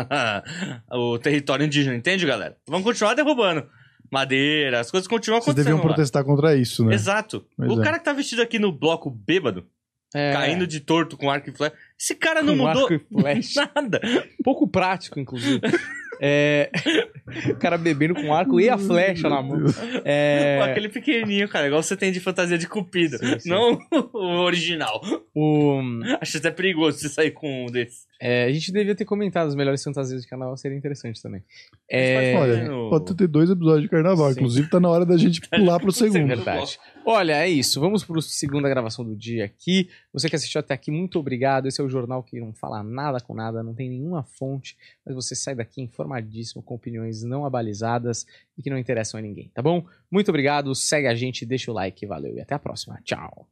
S3: *laughs* o território indígena, entende, galera? Vamos continuar derrubando madeira, as coisas continuam
S2: Vocês
S3: acontecendo.
S2: deviam
S3: lá.
S2: protestar contra isso, né?
S3: Exato.
S2: Pois
S3: o
S2: é.
S3: cara que tá vestido aqui no bloco bêbado,
S1: É,
S3: caindo de torto com arco e flecha, esse cara não
S1: Com
S3: mudou
S1: arco e flecha.
S3: *laughs* nada.
S1: Pouco prático, inclusive. É, *laughs* o cara bebendo com arco e a flecha na mão.
S3: Pô,
S1: É,
S3: Aquele pequenininho, cara, igual você tem de fantasia de cupido,
S1: Sim, sim.
S3: não *laughs* o original.
S1: o,
S3: Acho até perigoso você sair com um desses.
S1: é, a gente devia ter comentado as melhores fantasias de carnaval, seria interessante também.
S3: Mas
S1: É,
S3: pode
S2: Olha,
S3: fazer no-
S2: pode ter dois episódios de carnaval.
S1: Sim.
S2: Inclusive, tá na hora da gente pular pro
S1: é
S2: segundo.
S1: verdade. Olha, é isso. Vamos para a segunda gravação do dia aqui. Você que assistiu até aqui, muito obrigado. Esse é o jornal que não fala nada com nada, não tem nenhuma fonte, mas você sai daqui informadíssimo, com opiniões não abalizadas e que não interessam a ninguém, tá bom? Muito obrigado, segue a gente, deixa o like, valeu e até a próxima. Tchau.